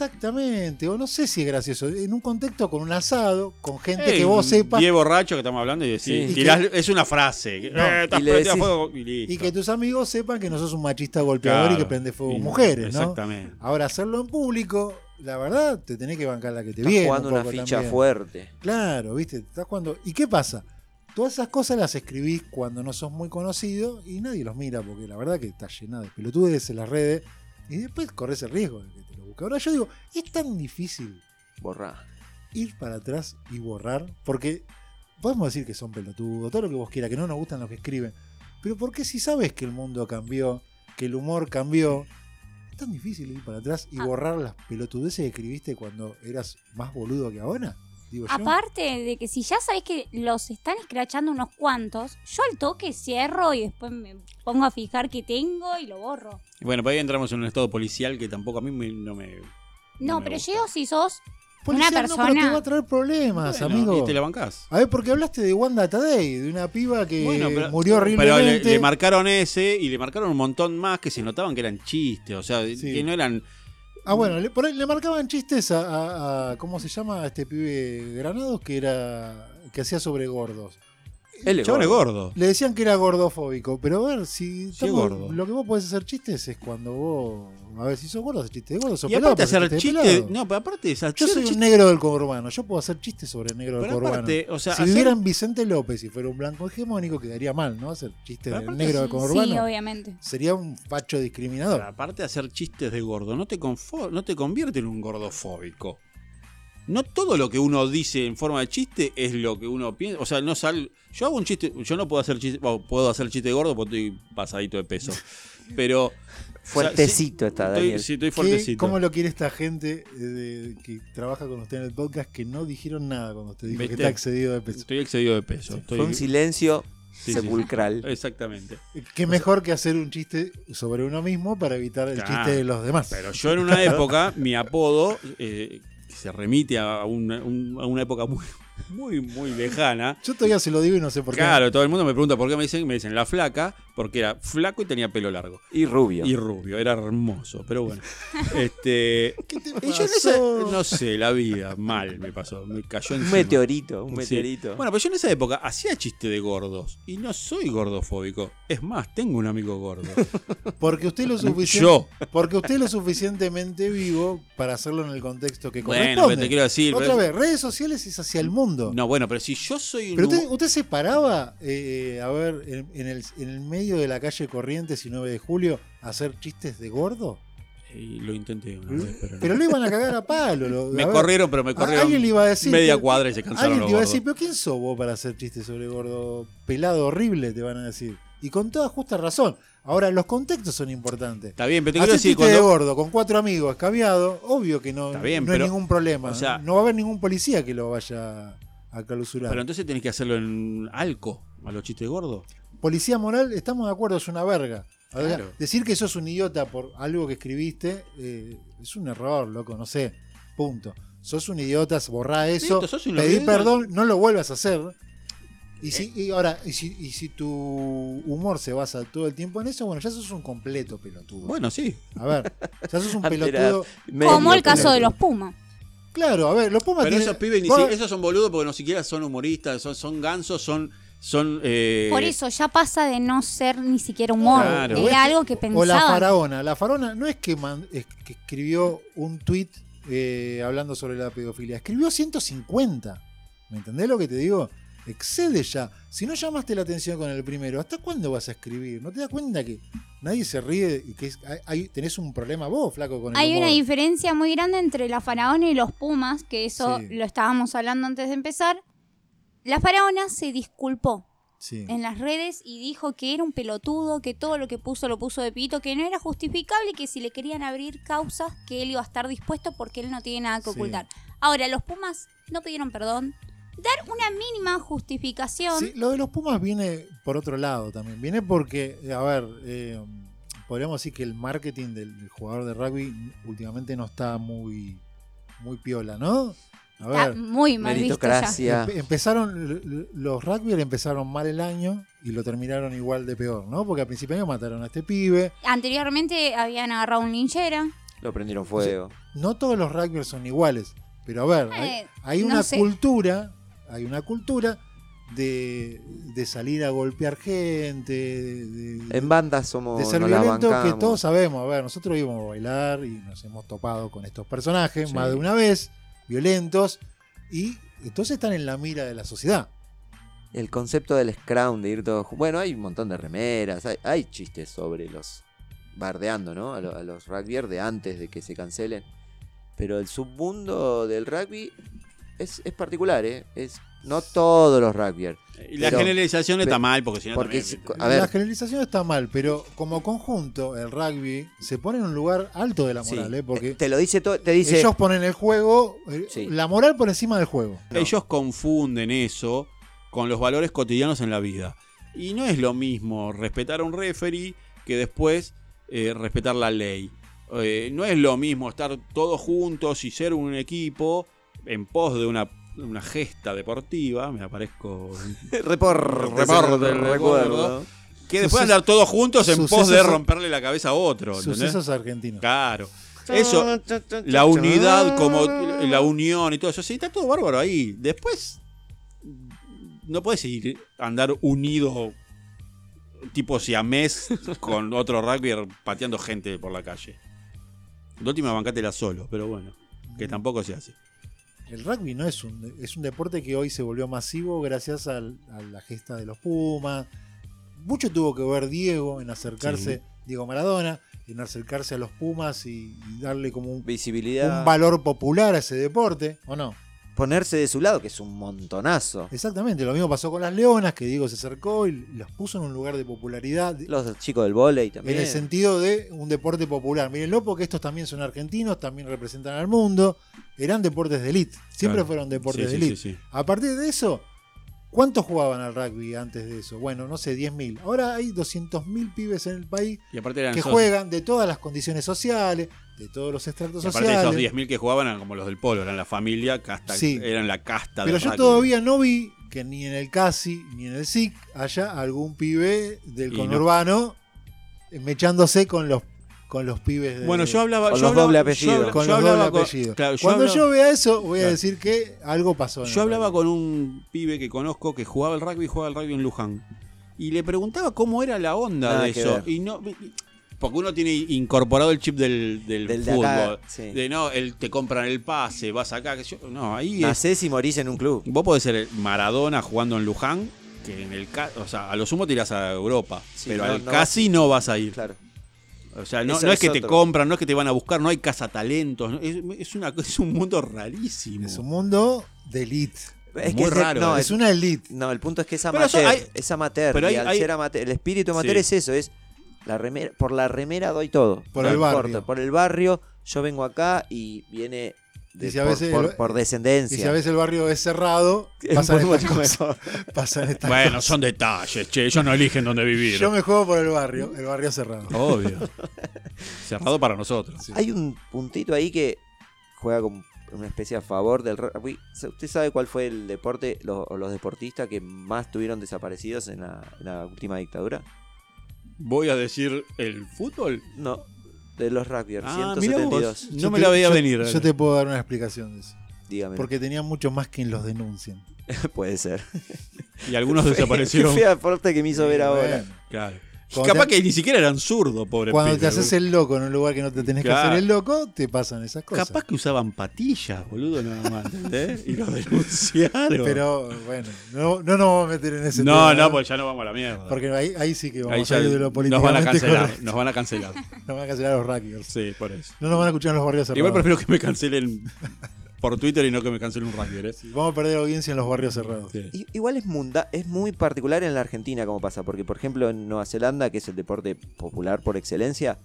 S1: Exactamente, o no sé si es gracioso. En un contexto con un asado, con gente
S2: Ey,
S1: que vos sepas
S2: Die borracho que estamos hablando y decís.
S3: Sí. Y
S2: tirás- es una frase. que,
S1: No.
S2: "Eh, estás
S3: Y le
S2: prendida a
S3: decís-
S2: fuego", y listo.
S1: Y que tus amigos sepan que no sos un machista golpeador
S2: Claro.
S1: y que prende fuego
S2: Y-
S1: mujeres, ¿no?
S2: Exactamente.
S1: Ahora, hacerlo en público, la verdad, te tenés que bancar la que te
S3: Está
S1: viene.
S3: jugando
S1: un
S3: una
S1: poco
S3: ficha
S1: también.
S3: fuerte.
S1: Claro, viste, estás jugando. ¿Y qué pasa? Todas esas cosas las escribís cuando no sos muy conocido y nadie los mira, porque la verdad que está llena de pelotudes en las redes y después corres el riesgo de que te lo busque. Ahora yo digo, es tan difícil
S3: Borrá.
S1: ir para atrás y borrar, porque podemos decir que son pelotudos, todo lo que vos quieras, que no nos gustan los que escriben, pero ¿por qué si sabes que el mundo cambió, que el humor cambió, es tan difícil ir para atrás y
S4: Ah.
S1: borrar las pelotudeces que escribiste cuando eras más boludo que ahora? Digo yo.
S4: Aparte de que si ya sabés que los están escrachando unos cuantos, yo al toque cierro y después me pongo a fijar que tengo y lo borro.
S2: Y Bueno, pues ahí entramos en un estado policial que tampoco a mí me- no me.
S4: No,
S2: No me
S4: pero
S2: gusta.
S4: yo si sos.
S1: Policía, no,
S4: una
S1: pero te
S4: persona-
S1: va a traer problemas,
S2: Bueno,
S1: amigo.
S2: Y te la bancás.
S1: A ver, porque hablaste de Wanda Tadei, de una piba que
S2: Bueno, pero-
S1: Eh, murió
S2: Pero le,
S1: horriblemente.
S2: le marcaron ese y le marcaron un montón más que se notaban que eran chistes. O sea,
S1: Sí.
S2: que no eran.
S1: Ah,
S2: Mm.
S1: bueno, le, por ahí le marcaban chistes a, a- a- ¿Cómo se llama? a este pibe Granados que era. que hacía sobre gordos.
S3: Él
S2: El
S3: es
S2: chabón es
S3: gordo.
S2: gordo.
S1: Le decían que era gordofóbico, pero a ver, si
S2: Sí,
S1: estamos-
S2: gordo.
S1: lo que vos podés hacer chistes es cuando vos. A ver, si sos gordo, haces chistes de gordo, sos
S2: Y
S1: pelado,
S2: aparte
S1: pero
S2: hacer
S1: haces
S2: chistes.
S1: de pelado.
S2: No, pero aparte hacer
S1: Yo soy
S2: chistes-
S1: un negro del conurbano, yo puedo hacer chistes sobre el negro del
S2: Pero
S1: conurbano.
S2: aparte, o sea,
S1: si
S2: hacer-
S1: vivieran Vicente López y fuera un blanco hegemónico, quedaría mal, ¿no? Hacer chistes
S2: Pero
S1: del
S2: aparte
S1: negro del
S4: Sí,
S1: conurbano.
S4: obviamente.
S1: Sería un facho discriminador.
S2: Pero aparte de hacer chistes de gordo, no te, confo- no te convierte en un gordofóbico. No todo lo que uno dice en forma de chiste es lo que uno piensa. O sea, no sal. Yo hago un chiste. Yo no puedo hacer chiste. bueno, puedo hacer chiste de gordo porque estoy pasadito de peso. Pero. o sea,
S3: Fuertecito está,
S2: sí,
S3: Daniel.
S2: estoy, sí, estoy
S1: ¿Qué-
S2: fuertecito.
S1: ¿Cómo lo quiere esta gente eh, de- que trabaja con usted en el podcast que no dijeron nada cuando usted dijo
S2: ¿Viste?
S1: que está excedido de peso?
S2: Estoy excedido de peso. estoy-
S3: Fue un silencio
S2: sí, Eh, sí,
S3: sepulcral.
S2: sí. Exactamente.
S1: Qué mejor que hacer un chiste sobre uno mismo para evitar el
S2: Claro,
S1: chiste de los demás.
S2: Pero yo en una época, mi apodo, eh, que se remite a una, un- a una época muy, muy, muy lejana.
S1: Yo todavía se lo digo y no sé por qué.
S2: Claro, todo el mundo me pregunta por qué me dicen, me dicen la flaca, porque era flaco y tenía pelo largo.
S3: Y rubio.
S2: Y rubio, era hermoso,
S1: (laughs)
S2: pero bueno. Este,
S1: ¿Qué te
S2: y yo en esa-
S1: pasó?
S2: no sé, la vida mal me pasó, me cayó
S3: Un
S2: encima.
S3: meteorito, un
S2: Sí.
S3: meteorito.
S2: Bueno, pero yo en esa época hacía chiste de gordos y no soy gordofóbico. Es más, tengo un
S1: (laughs)
S2: amigo gordo.
S1: Porque usted lo suficiente,
S2: yo.
S1: porque usted lo suficientemente vivo para hacerlo en el contexto que corresponde.
S2: Bueno, pero te quiero decir.
S1: Otra
S2: pero-
S1: vez, redes sociales es hacia el mundo.
S2: No, bueno, pero si yo soy un
S1: Pero usted,
S2: humo-
S1: usted se paraba, eh, a ver, en, en el, en el medio de la calle Corrientes y 9 de julio a hacer chistes de gordo.
S2: Y lo intenté una vez, pero, no.
S1: Pero lo iban a cagar a palo. lo-
S2: (laughs) Me
S1: a ver,
S2: corrieron, pero me
S1: a-
S2: corrieron
S1: alguien le iba a decir
S2: media
S1: que-
S2: cuadra y se cansaron
S1: Alguien
S2: los
S1: te iba a
S2: gordos.
S1: decir, pero ¿quién sos vos para hacer chistes sobre gordo pelado horrible? Te van a decir. Y con toda justa razón. Ahora, los contextos son importantes.
S2: Está bien, pero te quiero
S1: Hacer
S2: decir,
S1: chistes
S2: cuando,
S1: de gordo con cuatro amigos escabiado, obvio que no,
S2: Está bien,
S1: no
S2: pero-
S1: hay ningún problema.
S2: o sea-
S1: no va a haber ningún policía que lo vaya a clausurar.
S2: Pero entonces tenés que hacerlo en alco, a los chistes gordos.
S1: Policía moral, estamos de acuerdo, es una verga. O sea,
S2: Claro.
S1: Decir que sos un idiota por algo que escribiste eh, es un error, loco, no sé. Punto. sos un idiota, borrá eso,
S2: Listo, sos un
S1: pedí
S2: idiota. Eh.
S1: perdón, no lo vuelvas a hacer. Y, si, y ahora, y si, y si tu humor se basa todo el tiempo en eso, bueno, ya sos un completo pelotudo.
S2: Bueno, sí.
S1: A ver, ya sos un
S2: (laughs)
S3: Alterar
S1: pelotudo.
S3: medio
S4: Como el caso
S3: pelotudo.
S4: de los Pumas.
S1: Claro, a ver, los Pumas
S2: Pero
S1: tienen-
S2: esos pibes, ni
S1: vos-
S2: si- esos son boludos porque no siquiera son humoristas, son, son gansos, son... son eh,
S4: Por eso ya pasa de no ser ni siquiera humor.
S2: Claro.
S4: Era algo que
S1: O la
S4: pensaba.
S1: faraona. La faraona no es que, man- es que escribió un tweet hablando sobre la pedofilia. Escribió 150. ¿Me entendés lo que te digo? Excede ya. Si no llamaste la atención con el primero, ¿hasta cuándo vas a escribir? ¿No te das cuenta que nadie se ríe y que es- hay- hay- tenés un problema vos, flaco, con el
S4: Hay una
S1: humor?
S4: diferencia muy grande entre la faraona y los pumas, que eso
S1: Sí.
S4: lo estábamos hablando antes de empezar. La faraona se disculpó
S1: Sí.
S4: en las redes y dijo que era un pelotudo, que todo lo que puso lo puso de pito, que no era justificable y que si le querían abrir causas, que él iba a estar dispuesto porque él no tiene nada que
S1: Sí.
S4: ocultar. Ahora, los pumas no pidieron perdón. Dar una mínima justificación.
S1: Sí, lo de los Pumas viene por otro lado también. Viene porque, a ver, eh, podríamos decir que el marketing del, del jugador de rugby últimamente no está muy, muy piola, ¿no? A
S4: está
S1: ver,
S4: muy mal visto mm. ya.
S3: Meritocracia.
S1: empe- empezaron, l- l- los rugby empezaron mal el año y lo terminaron igual de peor, ¿no? Porque al principio de año mataron a este pibe.
S4: Anteriormente habían agarrado un linchera.
S3: Lo prendieron fuego.
S1: No todos los rugbyers son iguales, pero a ver, hay,
S4: Eh,
S1: hay
S4: no
S1: una
S4: sé.
S1: cultura, hay una cultura de, de salir a golpear gente, de- de-
S3: En bandas somos.
S1: de ser
S3: nos la
S1: violento que
S3: bancamos.
S1: todos sabemos. A ver, nosotros íbamos a bailar y nos hemos topado con estos personajes
S3: Sí.
S1: más de una vez, violentos, y entonces están en la mira de la sociedad.
S3: El concepto del scrum, de ir todos. ju- Bueno, hay un montón de remeras, hay, hay chistes sobre los. bardeando, ¿no? A, lo- a los rugbyers de antes de que se cancelen. Pero el submundo del rugby es, es particular, ¿eh? Es, no todos los rugbyers.
S2: y la
S3: pero-
S2: generalización está
S3: pero-
S2: mal porque si no...
S3: Porque,
S2: también-
S3: si- a ver,
S1: la generalización está mal, pero como conjunto, el rugby se pone en un lugar alto de la
S3: sí,
S1: moral, ¿eh? porque
S3: te lo dice todo, te dice.
S1: ellos ponen el juego, eh,
S3: Sí.
S1: la moral por encima del juego.
S3: No.
S2: Ellos confunden eso con los valores cotidianos en la vida. Y no es lo mismo respetar a un referee que después eh, respetar la ley. Eh, no es lo mismo estar todos juntos y ser un equipo en pos de una, una gesta deportiva. Me aparezco.
S3: Repor,
S2: Repor del recuerdo.
S3: recuerdo.
S2: Que
S1: Suceso-
S2: después andar todos juntos en pos
S1: sucesos-
S2: de romperle la cabeza a otro. ¿entendés?
S1: Sucesos argentinos.
S2: Claro. Eso, la unidad como la unión y todo eso. Sí, está todo bárbaro ahí. Después no puedes ir a andar unido tipo (laughs) siamés con otro rugby pateando gente por la calle. La última bancátela solo, pero bueno, que tampoco se hace.
S1: El rugby no es un, es un deporte que hoy se volvió masivo gracias al- a la gesta de los Pumas. Mucho tuvo que ver Diego en acercarse,
S2: Sí.
S1: Diego Maradona, en acercarse a los Pumas y, y darle como un,
S3: Visibilidad.
S1: un valor popular a ese deporte, ¿o no?
S3: ponerse de su lado, que es un montonazo.
S1: Exactamente, lo mismo pasó con las Leonas, que Diego se acercó y las puso en un lugar de popularidad. de-
S3: Los chicos del volei también.
S1: En el sentido de un deporte popular. Mírenlo porque estos también son argentinos, también representan al mundo. Eran deportes de elite. Siempre
S2: Claro.
S1: fueron deportes
S2: Sí,
S1: de
S2: sí,
S1: elite.
S2: sí, sí.
S1: A partir de eso, ¿cuántos jugaban al rugby antes de eso? Bueno, no sé, 10.000. Ahora hay 200.000 pibes en el país
S2: Y aparte eran
S1: que
S2: esos-
S1: juegan de todas las condiciones sociales, de todos los estratos
S2: y aparte de esos
S1: sociales.
S2: 10.000 que jugaban eran como los del polo, eran la familia, casta,
S1: Sí.
S2: eran la casta
S1: Pero
S2: del
S1: yo
S2: rugby.
S1: todavía no vi que ni en el CASI ni en el SIC haya algún pibe del
S2: Y no.
S1: conurbano mechándose con los, con los pibes de,
S2: Bueno, yo hablaba.
S3: Con
S2: yo
S3: los
S2: hablaba-
S3: doble
S2: yo
S3: apellido.
S2: hablaba-
S1: eh, con
S2: yo
S1: los
S2: hablaba
S1: dobles
S2: con-
S1: apellidos.
S2: claro, yo
S1: Cuando
S2: hablaba-
S1: yo vea eso, voy a
S2: Claro.
S1: decir que algo pasó. en
S2: Yo
S1: el
S2: hablaba
S1: rugby.
S2: con un pibe que conozco que jugaba el rugby, jugaba el rugby en Luján. Y le preguntaba cómo era la onda
S3: Nada
S2: de
S3: que
S2: eso.
S3: ver.
S2: Y no, porque uno tiene incorporado el chip del, del
S3: Del de
S2: fútbol.
S3: acá, sí.
S2: De no, él te compran el pase, vas acá. Que yo, no, ahí es.
S3: Nacés y morís en un club.
S2: Vos podés ser Maradona jugando en Luján, que en el ca- o sea, a lo sumo tirás a Europa.
S3: Sí,
S2: pero
S3: no-
S2: al
S3: no
S2: casi no vas a ir.
S3: Claro.
S2: O sea, no,
S3: Eso
S2: no es
S3: es
S2: que te
S3: otro.
S2: compran, no es que te van a buscar, no hay cazatalentos. no- Es, es una, es un mundo rarísimo.
S1: Es un mundo de elite.
S3: Es
S2: Muy
S3: que es-
S2: raro,
S3: no,
S2: ¿eh?
S1: Es una elite.
S3: No, el punto es que es
S2: Pero
S3: amateur.
S2: eso hay-
S3: es amateur.
S2: pero hay-
S3: y al
S2: hay-
S3: ser amateur- el espíritu amateur
S2: Sí.
S3: es eso, es la remera, por la remera doy todo.
S1: Por
S3: No
S1: el
S3: importa,
S1: barrio.
S3: por el barrio, yo vengo acá y viene de-
S1: Y si a
S3: por,
S1: veces-
S3: por- por
S1: Y
S3: descendencia.
S1: si a veces el barrio es
S2: (laughs)
S1: cerrado,
S3: Es
S1: pasan
S3: muy
S1: estas
S3: bueno
S1: cosas.
S3: eso.
S1: Pasan estas
S2: Bueno, son detalles, che, ellos no eligen dónde vivir.
S1: cosas. Yo me juego por el barrio, el barrio cerrado.
S2: (laughs) Obvio. Cerrado para nosotros.
S1: Sí.
S3: Hay un puntito ahí que juega con una especie a favor del rugby. ¿Usted sabe cuál fue el deporte lo- o los deportistas que más tuvieron desaparecidos en la, en la última dictadura?
S2: Voy a decir el fútbol.
S3: No, de los rugbyers,
S2: Ah, mirá vos.
S3: 172.
S2: No
S1: Yo
S2: me
S1: te-
S2: la veía
S1: yo-
S2: venir.
S1: Yo te puedo dar una explicación de eso.
S3: Dígame.
S1: Porque tenía mucho más quien los denuncien.
S3: (laughs) puede ser.
S2: Y algunos
S3: (laughs) Qué
S2: desaparecieron.
S3: fea aporte que me hizo ver ahora.
S1: Bueno,
S2: Claro. Y
S1: Cuando
S2: Capaz
S1: te-
S2: que ni siquiera eran zurdos, pobre
S1: cuando te
S2: pibe.
S1: haces el loco en un lugar que no te tenés que
S2: Claro.
S1: hacer el loco, te pasan esas cosas.
S2: Capaz que usaban patillas, boludo, nada más. ¿entendés? Y lo
S1: (laughs)
S2: denunciaron.
S1: Pero bueno, no, no nos vamos a meter en ese
S2: no,
S1: tema,
S2: no, porque ya no vamos a la mierda.
S1: porque ahí, ahí sí que vamos
S2: Ahí
S1: a
S2: ya
S1: salir de lo
S2: nos van a
S1: políticamente
S2: cancelar.
S1: correcto.
S2: Nos van a cancelar.
S1: Nos van a cancelar los rackers.
S2: Sí, por eso.
S1: No nos van a escuchar en los barrios cerrados.
S2: Igual prefiero que me cancelen por Twitter y no que me cancelen un Ranger. ¿eh?
S1: Vamos a perder audiencia en los barrios cerrados.
S2: Sí.
S3: I- Igual es munda, es muy particular en la Argentina como pasa, porque por ejemplo en Nueva Zelanda, que es el deporte popular por excelencia,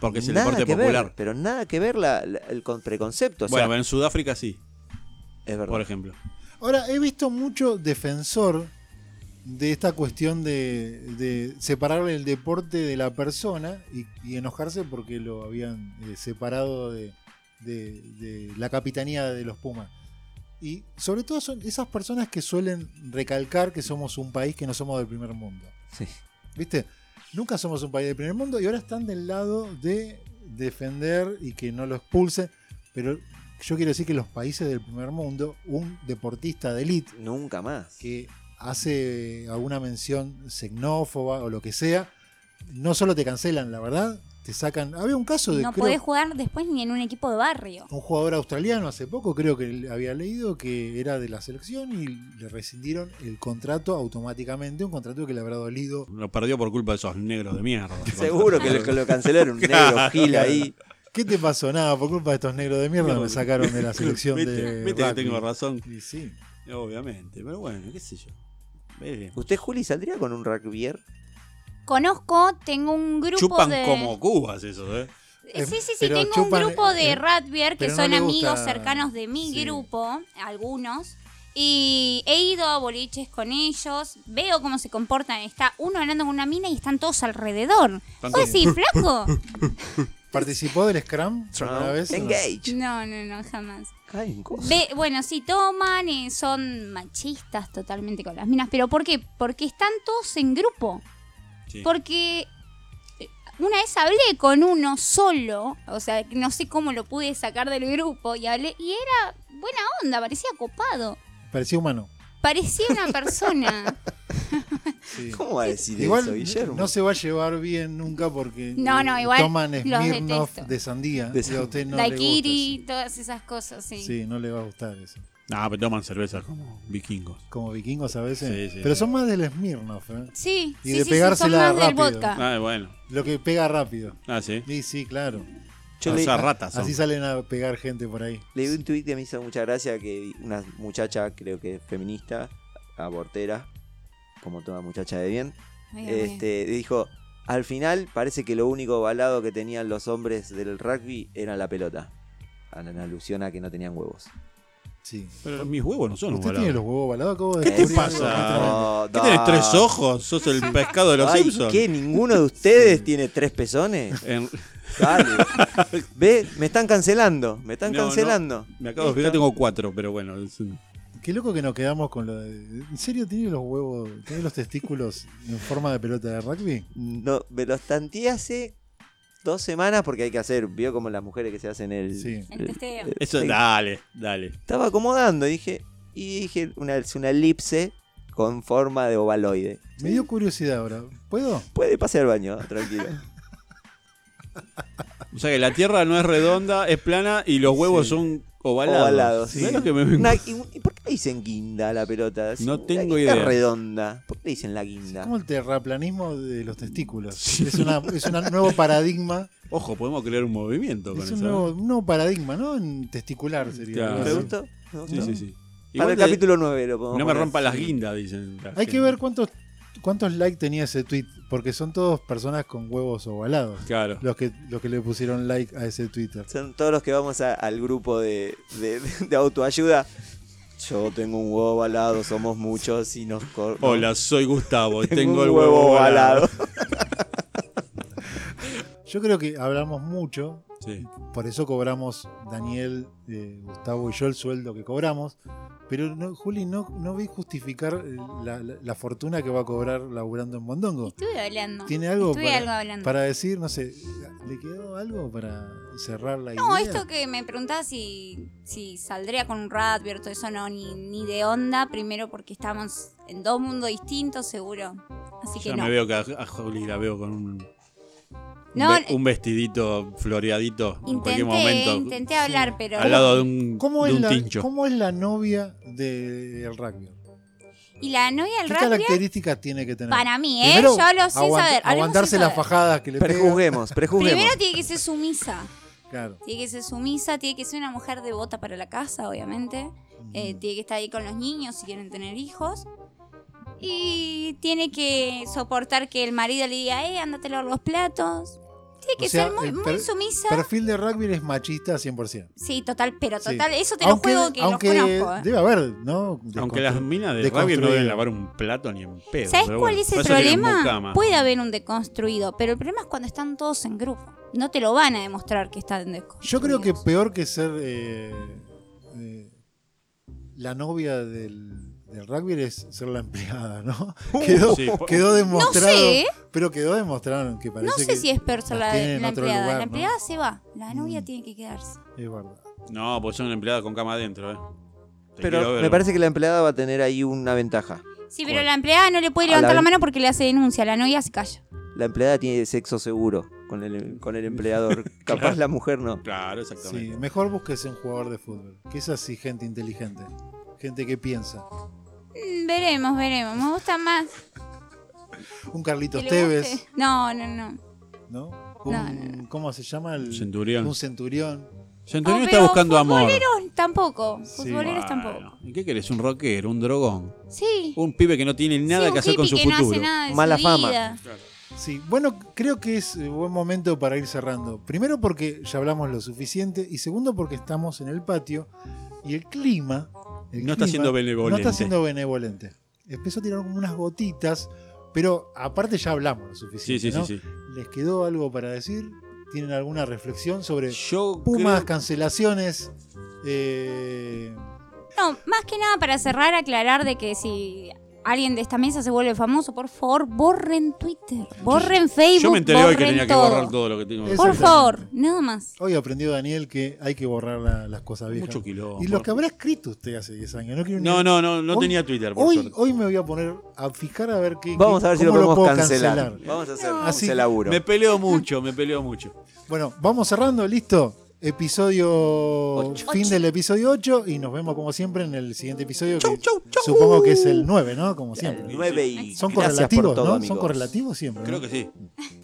S2: Porque es el
S3: nada
S2: deporte
S3: que ver,
S2: popular.
S3: pero nada que ver la- la- el con- preconcepto, o sea,
S2: bueno, en Sudáfrica sí,
S3: es verdad.
S2: por ejemplo.
S1: Ahora, he visto mucho defensor de esta cuestión de, de separar el deporte de la persona y, y enojarse porque lo habían eh, separado de, de- de la capitanía de los Pumas. Y sobre todo son esas personas que suelen recalcar que somos un país que no somos del primer mundo.
S3: Sí.
S1: ¿Viste? Nunca somos un país del primer mundo y ahora están del lado de defender y que no lo expulsen. Pero yo quiero decir que los países del primer mundo, un deportista de élite
S3: Nunca más.
S1: que hace alguna mención xenófoba o lo que sea, no solo te cancelan, la verdad, te sacan. Había un caso de
S4: No
S1: creo,
S4: podés jugar después ni en un equipo de barrio.
S1: un jugador australiano hace poco, creo que le- había leído que era de la selección y le rescindieron el contrato automáticamente, un contrato que le habrá dolido
S2: Lo perdió por culpa de esos negros de mierda.
S3: (laughs) Seguro que lo, que lo cancelaron,
S2: (laughs)
S3: un negro gil ahí.
S1: ¿Qué te pasó? Nada, por culpa de estos negros de mierda
S2: No,
S1: me sacaron de la selección
S2: Viste,
S1: de.
S2: viste que
S1: rugby.
S2: tengo razón.
S1: Y sí.
S2: Obviamente, pero bueno, qué sé yo. Eh,
S3: ¿Usted, Juli, saldría con un rugbyer?
S4: Conozco, tengo un grupo
S2: Chupan
S4: de.
S2: como cubas eso, ¿eh?
S4: Eh, Sí, sí, sí,
S1: Pero
S4: tengo
S1: chupan,
S4: un grupo
S1: eh,
S4: de Radbier que
S1: pero no
S4: son
S1: le gusta-
S4: amigos cercanos de mi
S1: sí.
S4: grupo, algunos. Y he ido a boliches con ellos, veo cómo se comportan. Está uno hablando con una mina y están todos alrededor.
S2: Están
S4: ¿Vos decís, flaco?
S1: (laughs) ¿Participó del Scrum alguna
S3: No.
S1: vez?
S3: Engage.
S4: No, no, no, jamás.
S3: Caen cosas.
S4: Ve- bueno, sí, toman y son machistas totalmente con las minas. ¿Pero por qué? Porque están todos en grupo.
S2: Sí.
S4: Porque eh, una vez hablé con uno solo, o sea, no sé cómo lo pude sacar del grupo y hablé y era buena onda, parecía copado,
S1: Parecía
S2: (laughs)
S1: humano.
S4: parecía
S1: (laughs)
S4: una persona.
S1: Sí.
S3: ¿Cómo va a decir
S1: Igual
S3: eso, Guillermo?
S1: no se va a llevar bien nunca porque eh,
S4: No, no, igual
S1: toman
S4: los
S1: Smirnoff
S4: detesto.
S1: de sandía
S3: De
S1: y a usted no
S4: Daiquiri,
S1: le gusta.
S4: todas esas cosas, sí.
S1: eso. Sí, no le va a gustar eso.
S2: Nah, pero toman cerveza como vikingos.
S1: Como vikingos a veces.
S2: Sí, sí,
S1: Pero
S2: sí.
S1: son más del Smirnoff, ¿eh?
S4: Sí,
S1: Y
S4: sí,
S1: de
S4: sí, sí, son
S1: pegársela
S4: más del
S1: rápido.
S4: vodka.
S2: Ah, bueno.
S1: Lo que pega rápido.
S2: Ah, sí.
S1: Sí, sí, claro.
S3: Yo
S2: O
S3: le- ah,
S2: sea, ratas son.
S1: Así salen a pegar gente por ahí.
S3: Leí un tuit que me hizo mucha gracia que una muchacha, creo que feminista, abortera, como toda muchacha de bien,
S4: Ay, Dios mío.
S3: este, dijo, al final parece que lo único balado que tenían los hombres del rugby era la pelota. A la- En alusión a que no tenían huevos.
S1: Sí.
S2: Pero mis huevos no son
S1: ¿Usted
S2: ovalados.
S1: tiene los huevos balados? Acabo de
S3: ¿Qué te
S1: descubrir algo
S2: pasa?
S1: muy tremendo.
S3: No,
S2: ¿Qué
S3: da.
S2: tenés tres ojos? ¿Sos el
S3: (laughs)
S2: pescado de los
S3: Ay,
S2: Simpsons?
S3: ¿Qué? ¿Ninguno de ustedes (laughs) tiene tres pezones?
S2: En-
S3: Dale.
S2: (laughs)
S3: Ve, me están cancelando, me están
S2: No, no.
S3: cancelando.
S2: Me acabo de fijar, tengo cuatro, pero bueno. es un-
S1: Qué loco que nos quedamos con lo de. ¿En serio tiene los huevos, tiene los testículos en forma de pelota de rugby?
S3: No, me los tanteé hace dos semanas porque hay que hacer, vio como las mujeres que se hacen el...
S1: Sí.
S4: El testeo.
S1: eh,
S3: el-
S2: Eso,
S3: el-
S2: dale, dale.
S3: Estaba acomodando, dije, y dije una, es una elipse con forma de ovaloide.
S1: Me dio curiosidad ahora. ¿Puedo?
S3: Puede pasar al baño, tranquilo.
S2: O sea que la tierra no es redonda, es plana y los huevos
S1: Sí.
S2: son ovalados.
S3: Ovalados,
S2: ¿Sabés
S1: sí.
S2: lo que me-
S3: Una- y, y por qué le dicen guinda a la pelota? Si
S2: No
S3: la
S2: tengo
S3: guinda
S2: idea.
S3: Es redonda. ¿Por qué le dicen la guinda?
S1: Como el terraplanismo de los testículos. Es, una, es un nuevo
S2: (laughs)
S1: paradigma.
S2: Ojo, podemos crear un movimiento con
S1: Es
S2: eso.
S1: un
S2: ¿eh?
S1: nuevo, un nuevo paradigma, ¿no? En testicular sería.
S2: Claro.
S1: algo
S3: ¿Te
S1: así.
S3: gustó? ¿Te gustó?
S2: Ah, Sí, sí, sí.
S3: Para
S2: Igual
S3: el
S2: te-
S3: capítulo 9 lo podemos
S2: No me
S3: poner.
S2: rompa las guindas, dicen. la
S1: Hay
S2: gente.
S1: que ver cuántos cuántos likes tenía ese tweet, porque son todos personas con huevos ovalados.
S2: Claro.
S1: Los que, los que le pusieron like a ese Twitter.
S3: Son todos los que vamos a- al grupo de, de- de autoayuda. Yo tengo un huevo ovalado, somos muchos y nos... cor-
S2: Hola, soy Gustavo,
S3: tengo,
S2: tengo,
S3: un
S2: el huevo ovalado.
S1: Yo creo que hablamos mucho.
S2: Sí.
S1: Por eso cobramos Daniel, eh, Gustavo y yo el sueldo que cobramos. Pero no, Juli, no, no vi justificar eh, la, la- la fortuna que va a cobrar laburando en Mondongo.
S4: Estuve hablando.
S1: ¿Tiene algo
S4: Estuve
S1: para,
S4: algo hablando.
S1: para decir? No sé, ¿le quedó algo para cerrar la
S4: No,
S1: idea?
S4: esto que me preguntaba si, si saldría con un Radbert, todo eso no, ni, ni de onda. Primero porque estamos en dos mundos distintos, seguro. Así que
S2: Ya
S4: no.
S2: me veo que a, a Juli la veo con un,
S4: No,
S2: un ve- un vestidito floreadito en
S4: Intenté,
S2: cualquier momento.
S4: intenté hablar, pero.
S2: Al lado de un,
S1: ¿Cómo
S2: de
S1: es,
S2: un
S1: la,
S2: tincho.
S1: ¿Cómo es la novia del rugby?
S4: Y la novia del
S1: ¿Qué
S4: rugby,
S1: características tiene que tener?
S4: para mí, ¿eh?
S1: Primero,
S4: Yo lo sé
S1: aguant-
S4: saber. hablemos
S1: Aguantarse
S4: sin
S1: las
S4: saber.
S1: fajadas que le pegan.
S3: Prejuzguemos, prejuzguemos.
S4: Primero tiene que ser sumisa.
S1: Claro.
S4: Tiene que ser sumisa, tiene que ser una mujer devota para la casa, obviamente. Eh,
S1: Mm.
S4: tiene que estar ahí con los niños si quieren tener hijos. Y tiene que soportar que el marido le diga, eh, ándate a lavar los platos. Tiene
S1: O
S4: que
S1: sea, eh,
S4: ser muy,
S1: el
S4: muy
S1: per-
S4: sumisa.
S1: Perfil de rugby es machista 100%.
S4: Sí, total, pero
S1: Sí.
S4: total, eso te
S1: Aunque,
S4: lo juego que
S1: aunque
S4: no conozco. ¿eh?
S1: debe haber, ¿no?
S2: Aunque las
S1: Desconstru-
S2: minas de
S1: de
S2: rugby no
S1: construir.
S2: deben lavar un plato ni en pedo.
S4: ¿Sabes
S2: pero
S4: cuál
S2: bueno,
S4: es el
S2: por eso tienen
S4: problema?
S2: mucama.
S4: Puede haber un deconstruido, pero el problema es cuando están todos en grupo. No te lo van a demostrar que están desconstruidos.
S1: Yo creo que peor que ser eh, eh, la novia del, del rugby es ser la empleada,
S2: (laughs)
S1: ¿no? quedó,
S2: Uh, sí, po-
S1: quedó demostrado.
S4: sé.
S1: Pero quedó demostrado que
S4: No
S1: parece
S4: sé
S1: que
S4: si es perso
S1: las
S4: la,
S1: tienen en
S4: la
S1: otro
S4: empleada.
S1: lugar,
S4: la
S1: ¿no?
S4: empleada se va. La novia
S1: Mm.
S4: tiene que quedarse.
S1: es verdad.
S2: No, pues son empleadas con cama adentro, eh. Te quiero
S3: Pero
S2: ver.
S3: me parece que la empleada va a tener ahí una ventaja.
S4: Sí, pero
S2: ¿Cuál?
S4: la empleada no le puede
S3: A la
S4: levantar la,
S3: vez-
S4: mano porque le hace denuncia. La novia se calla.
S3: La empleada tiene sexo seguro con el, con el
S2: (laughs)
S3: empleador. Capaz la mujer no.
S2: Claro,
S1: Sí,
S2: exactamente.
S1: mejor busques un jugador de fútbol. Que es así, gente inteligente. Gente que piensa.
S4: Mm, veremos, veremos. Me gusta más.
S1: Un
S4: que
S1: Carlitos
S4: le
S1: Tevez,
S4: guste. No, no, no.
S1: ¿no? Un,
S4: No, no,
S1: ¿Cómo se llama? El,
S2: Centurión.
S1: Un centurión.
S2: Centurión
S4: Oh,
S2: está
S4: pero
S2: buscando amor.
S4: Futboleros tampoco.
S1: Sí.
S4: Futboleros tampoco.
S2: Bueno, ¿Y qué querés? ¿Un rockero? ¿Un drogón?
S4: Sí.
S2: Un pibe que no tiene nada
S4: Sí, un
S2: que hacer con
S4: hippie
S2: su
S4: que No hace
S2: futuro.
S4: nada de su
S3: Mala fama.
S4: vida.
S1: Sí, bueno, creo que es eh, buen momento para ir cerrando. Primero porque ya hablamos lo suficiente y segundo porque estamos en el patio y el clima... el
S2: No está
S1: clima
S2: siendo benevolente.
S1: No está siendo benevolente. Empezó a tirar como unas gotitas, pero aparte ya hablamos lo
S2: Sí,
S1: suficiente.
S2: sí, sí,
S1: ¿no?
S2: sí.
S1: ¿Les quedó algo para decir? ¿Tienen alguna reflexión sobre
S2: Yo
S1: Pumas,
S2: creo-
S1: cancelaciones? Eh,
S4: No, más que nada para cerrar, aclarar de que si alguien de esta mesa se vuelve famoso, por favor, borren Twitter, borren Facebook.
S2: Yo me enteré hoy que
S4: borren
S2: tenía que borrar todo lo que tengo.
S1: Eso
S4: Por
S1: Exactamente.
S4: favor, nada más.
S1: hoy aprendió Daniel que hay que borrar la- las cosas viejas.
S2: Mucho quilombo.
S1: Y lo que habrá escrito usted hace 10 años. No, quiero ni-
S2: No, no, no, no
S1: Hoy-
S2: tenía Twitter, por
S1: Hoy,
S2: suerte.
S1: hoy me voy a poner a fijar a ver qué.
S3: Vamos
S1: qué-
S3: a ver si lo
S1: cómo
S3: podemos
S1: puedo Ah,
S3: cancelar. Vamos a hacer
S1: Así-
S3: ese laburo.
S2: Me peleo mucho, me peleo mucho.
S1: Bueno, vamos cerrando, listo. Episodio. Fin del episodio 8. Y nos vemos como siempre en el siguiente episodio. que Supongo que es el 9, ¿no? Como siempre.
S3: El nueve y
S1: Son
S3: gracias por
S1: correlativos,
S3: todo,
S1: ¿no?
S3: amigos.
S1: Son correlativos siempre.
S2: Creo
S1: ¿no?
S2: que sí.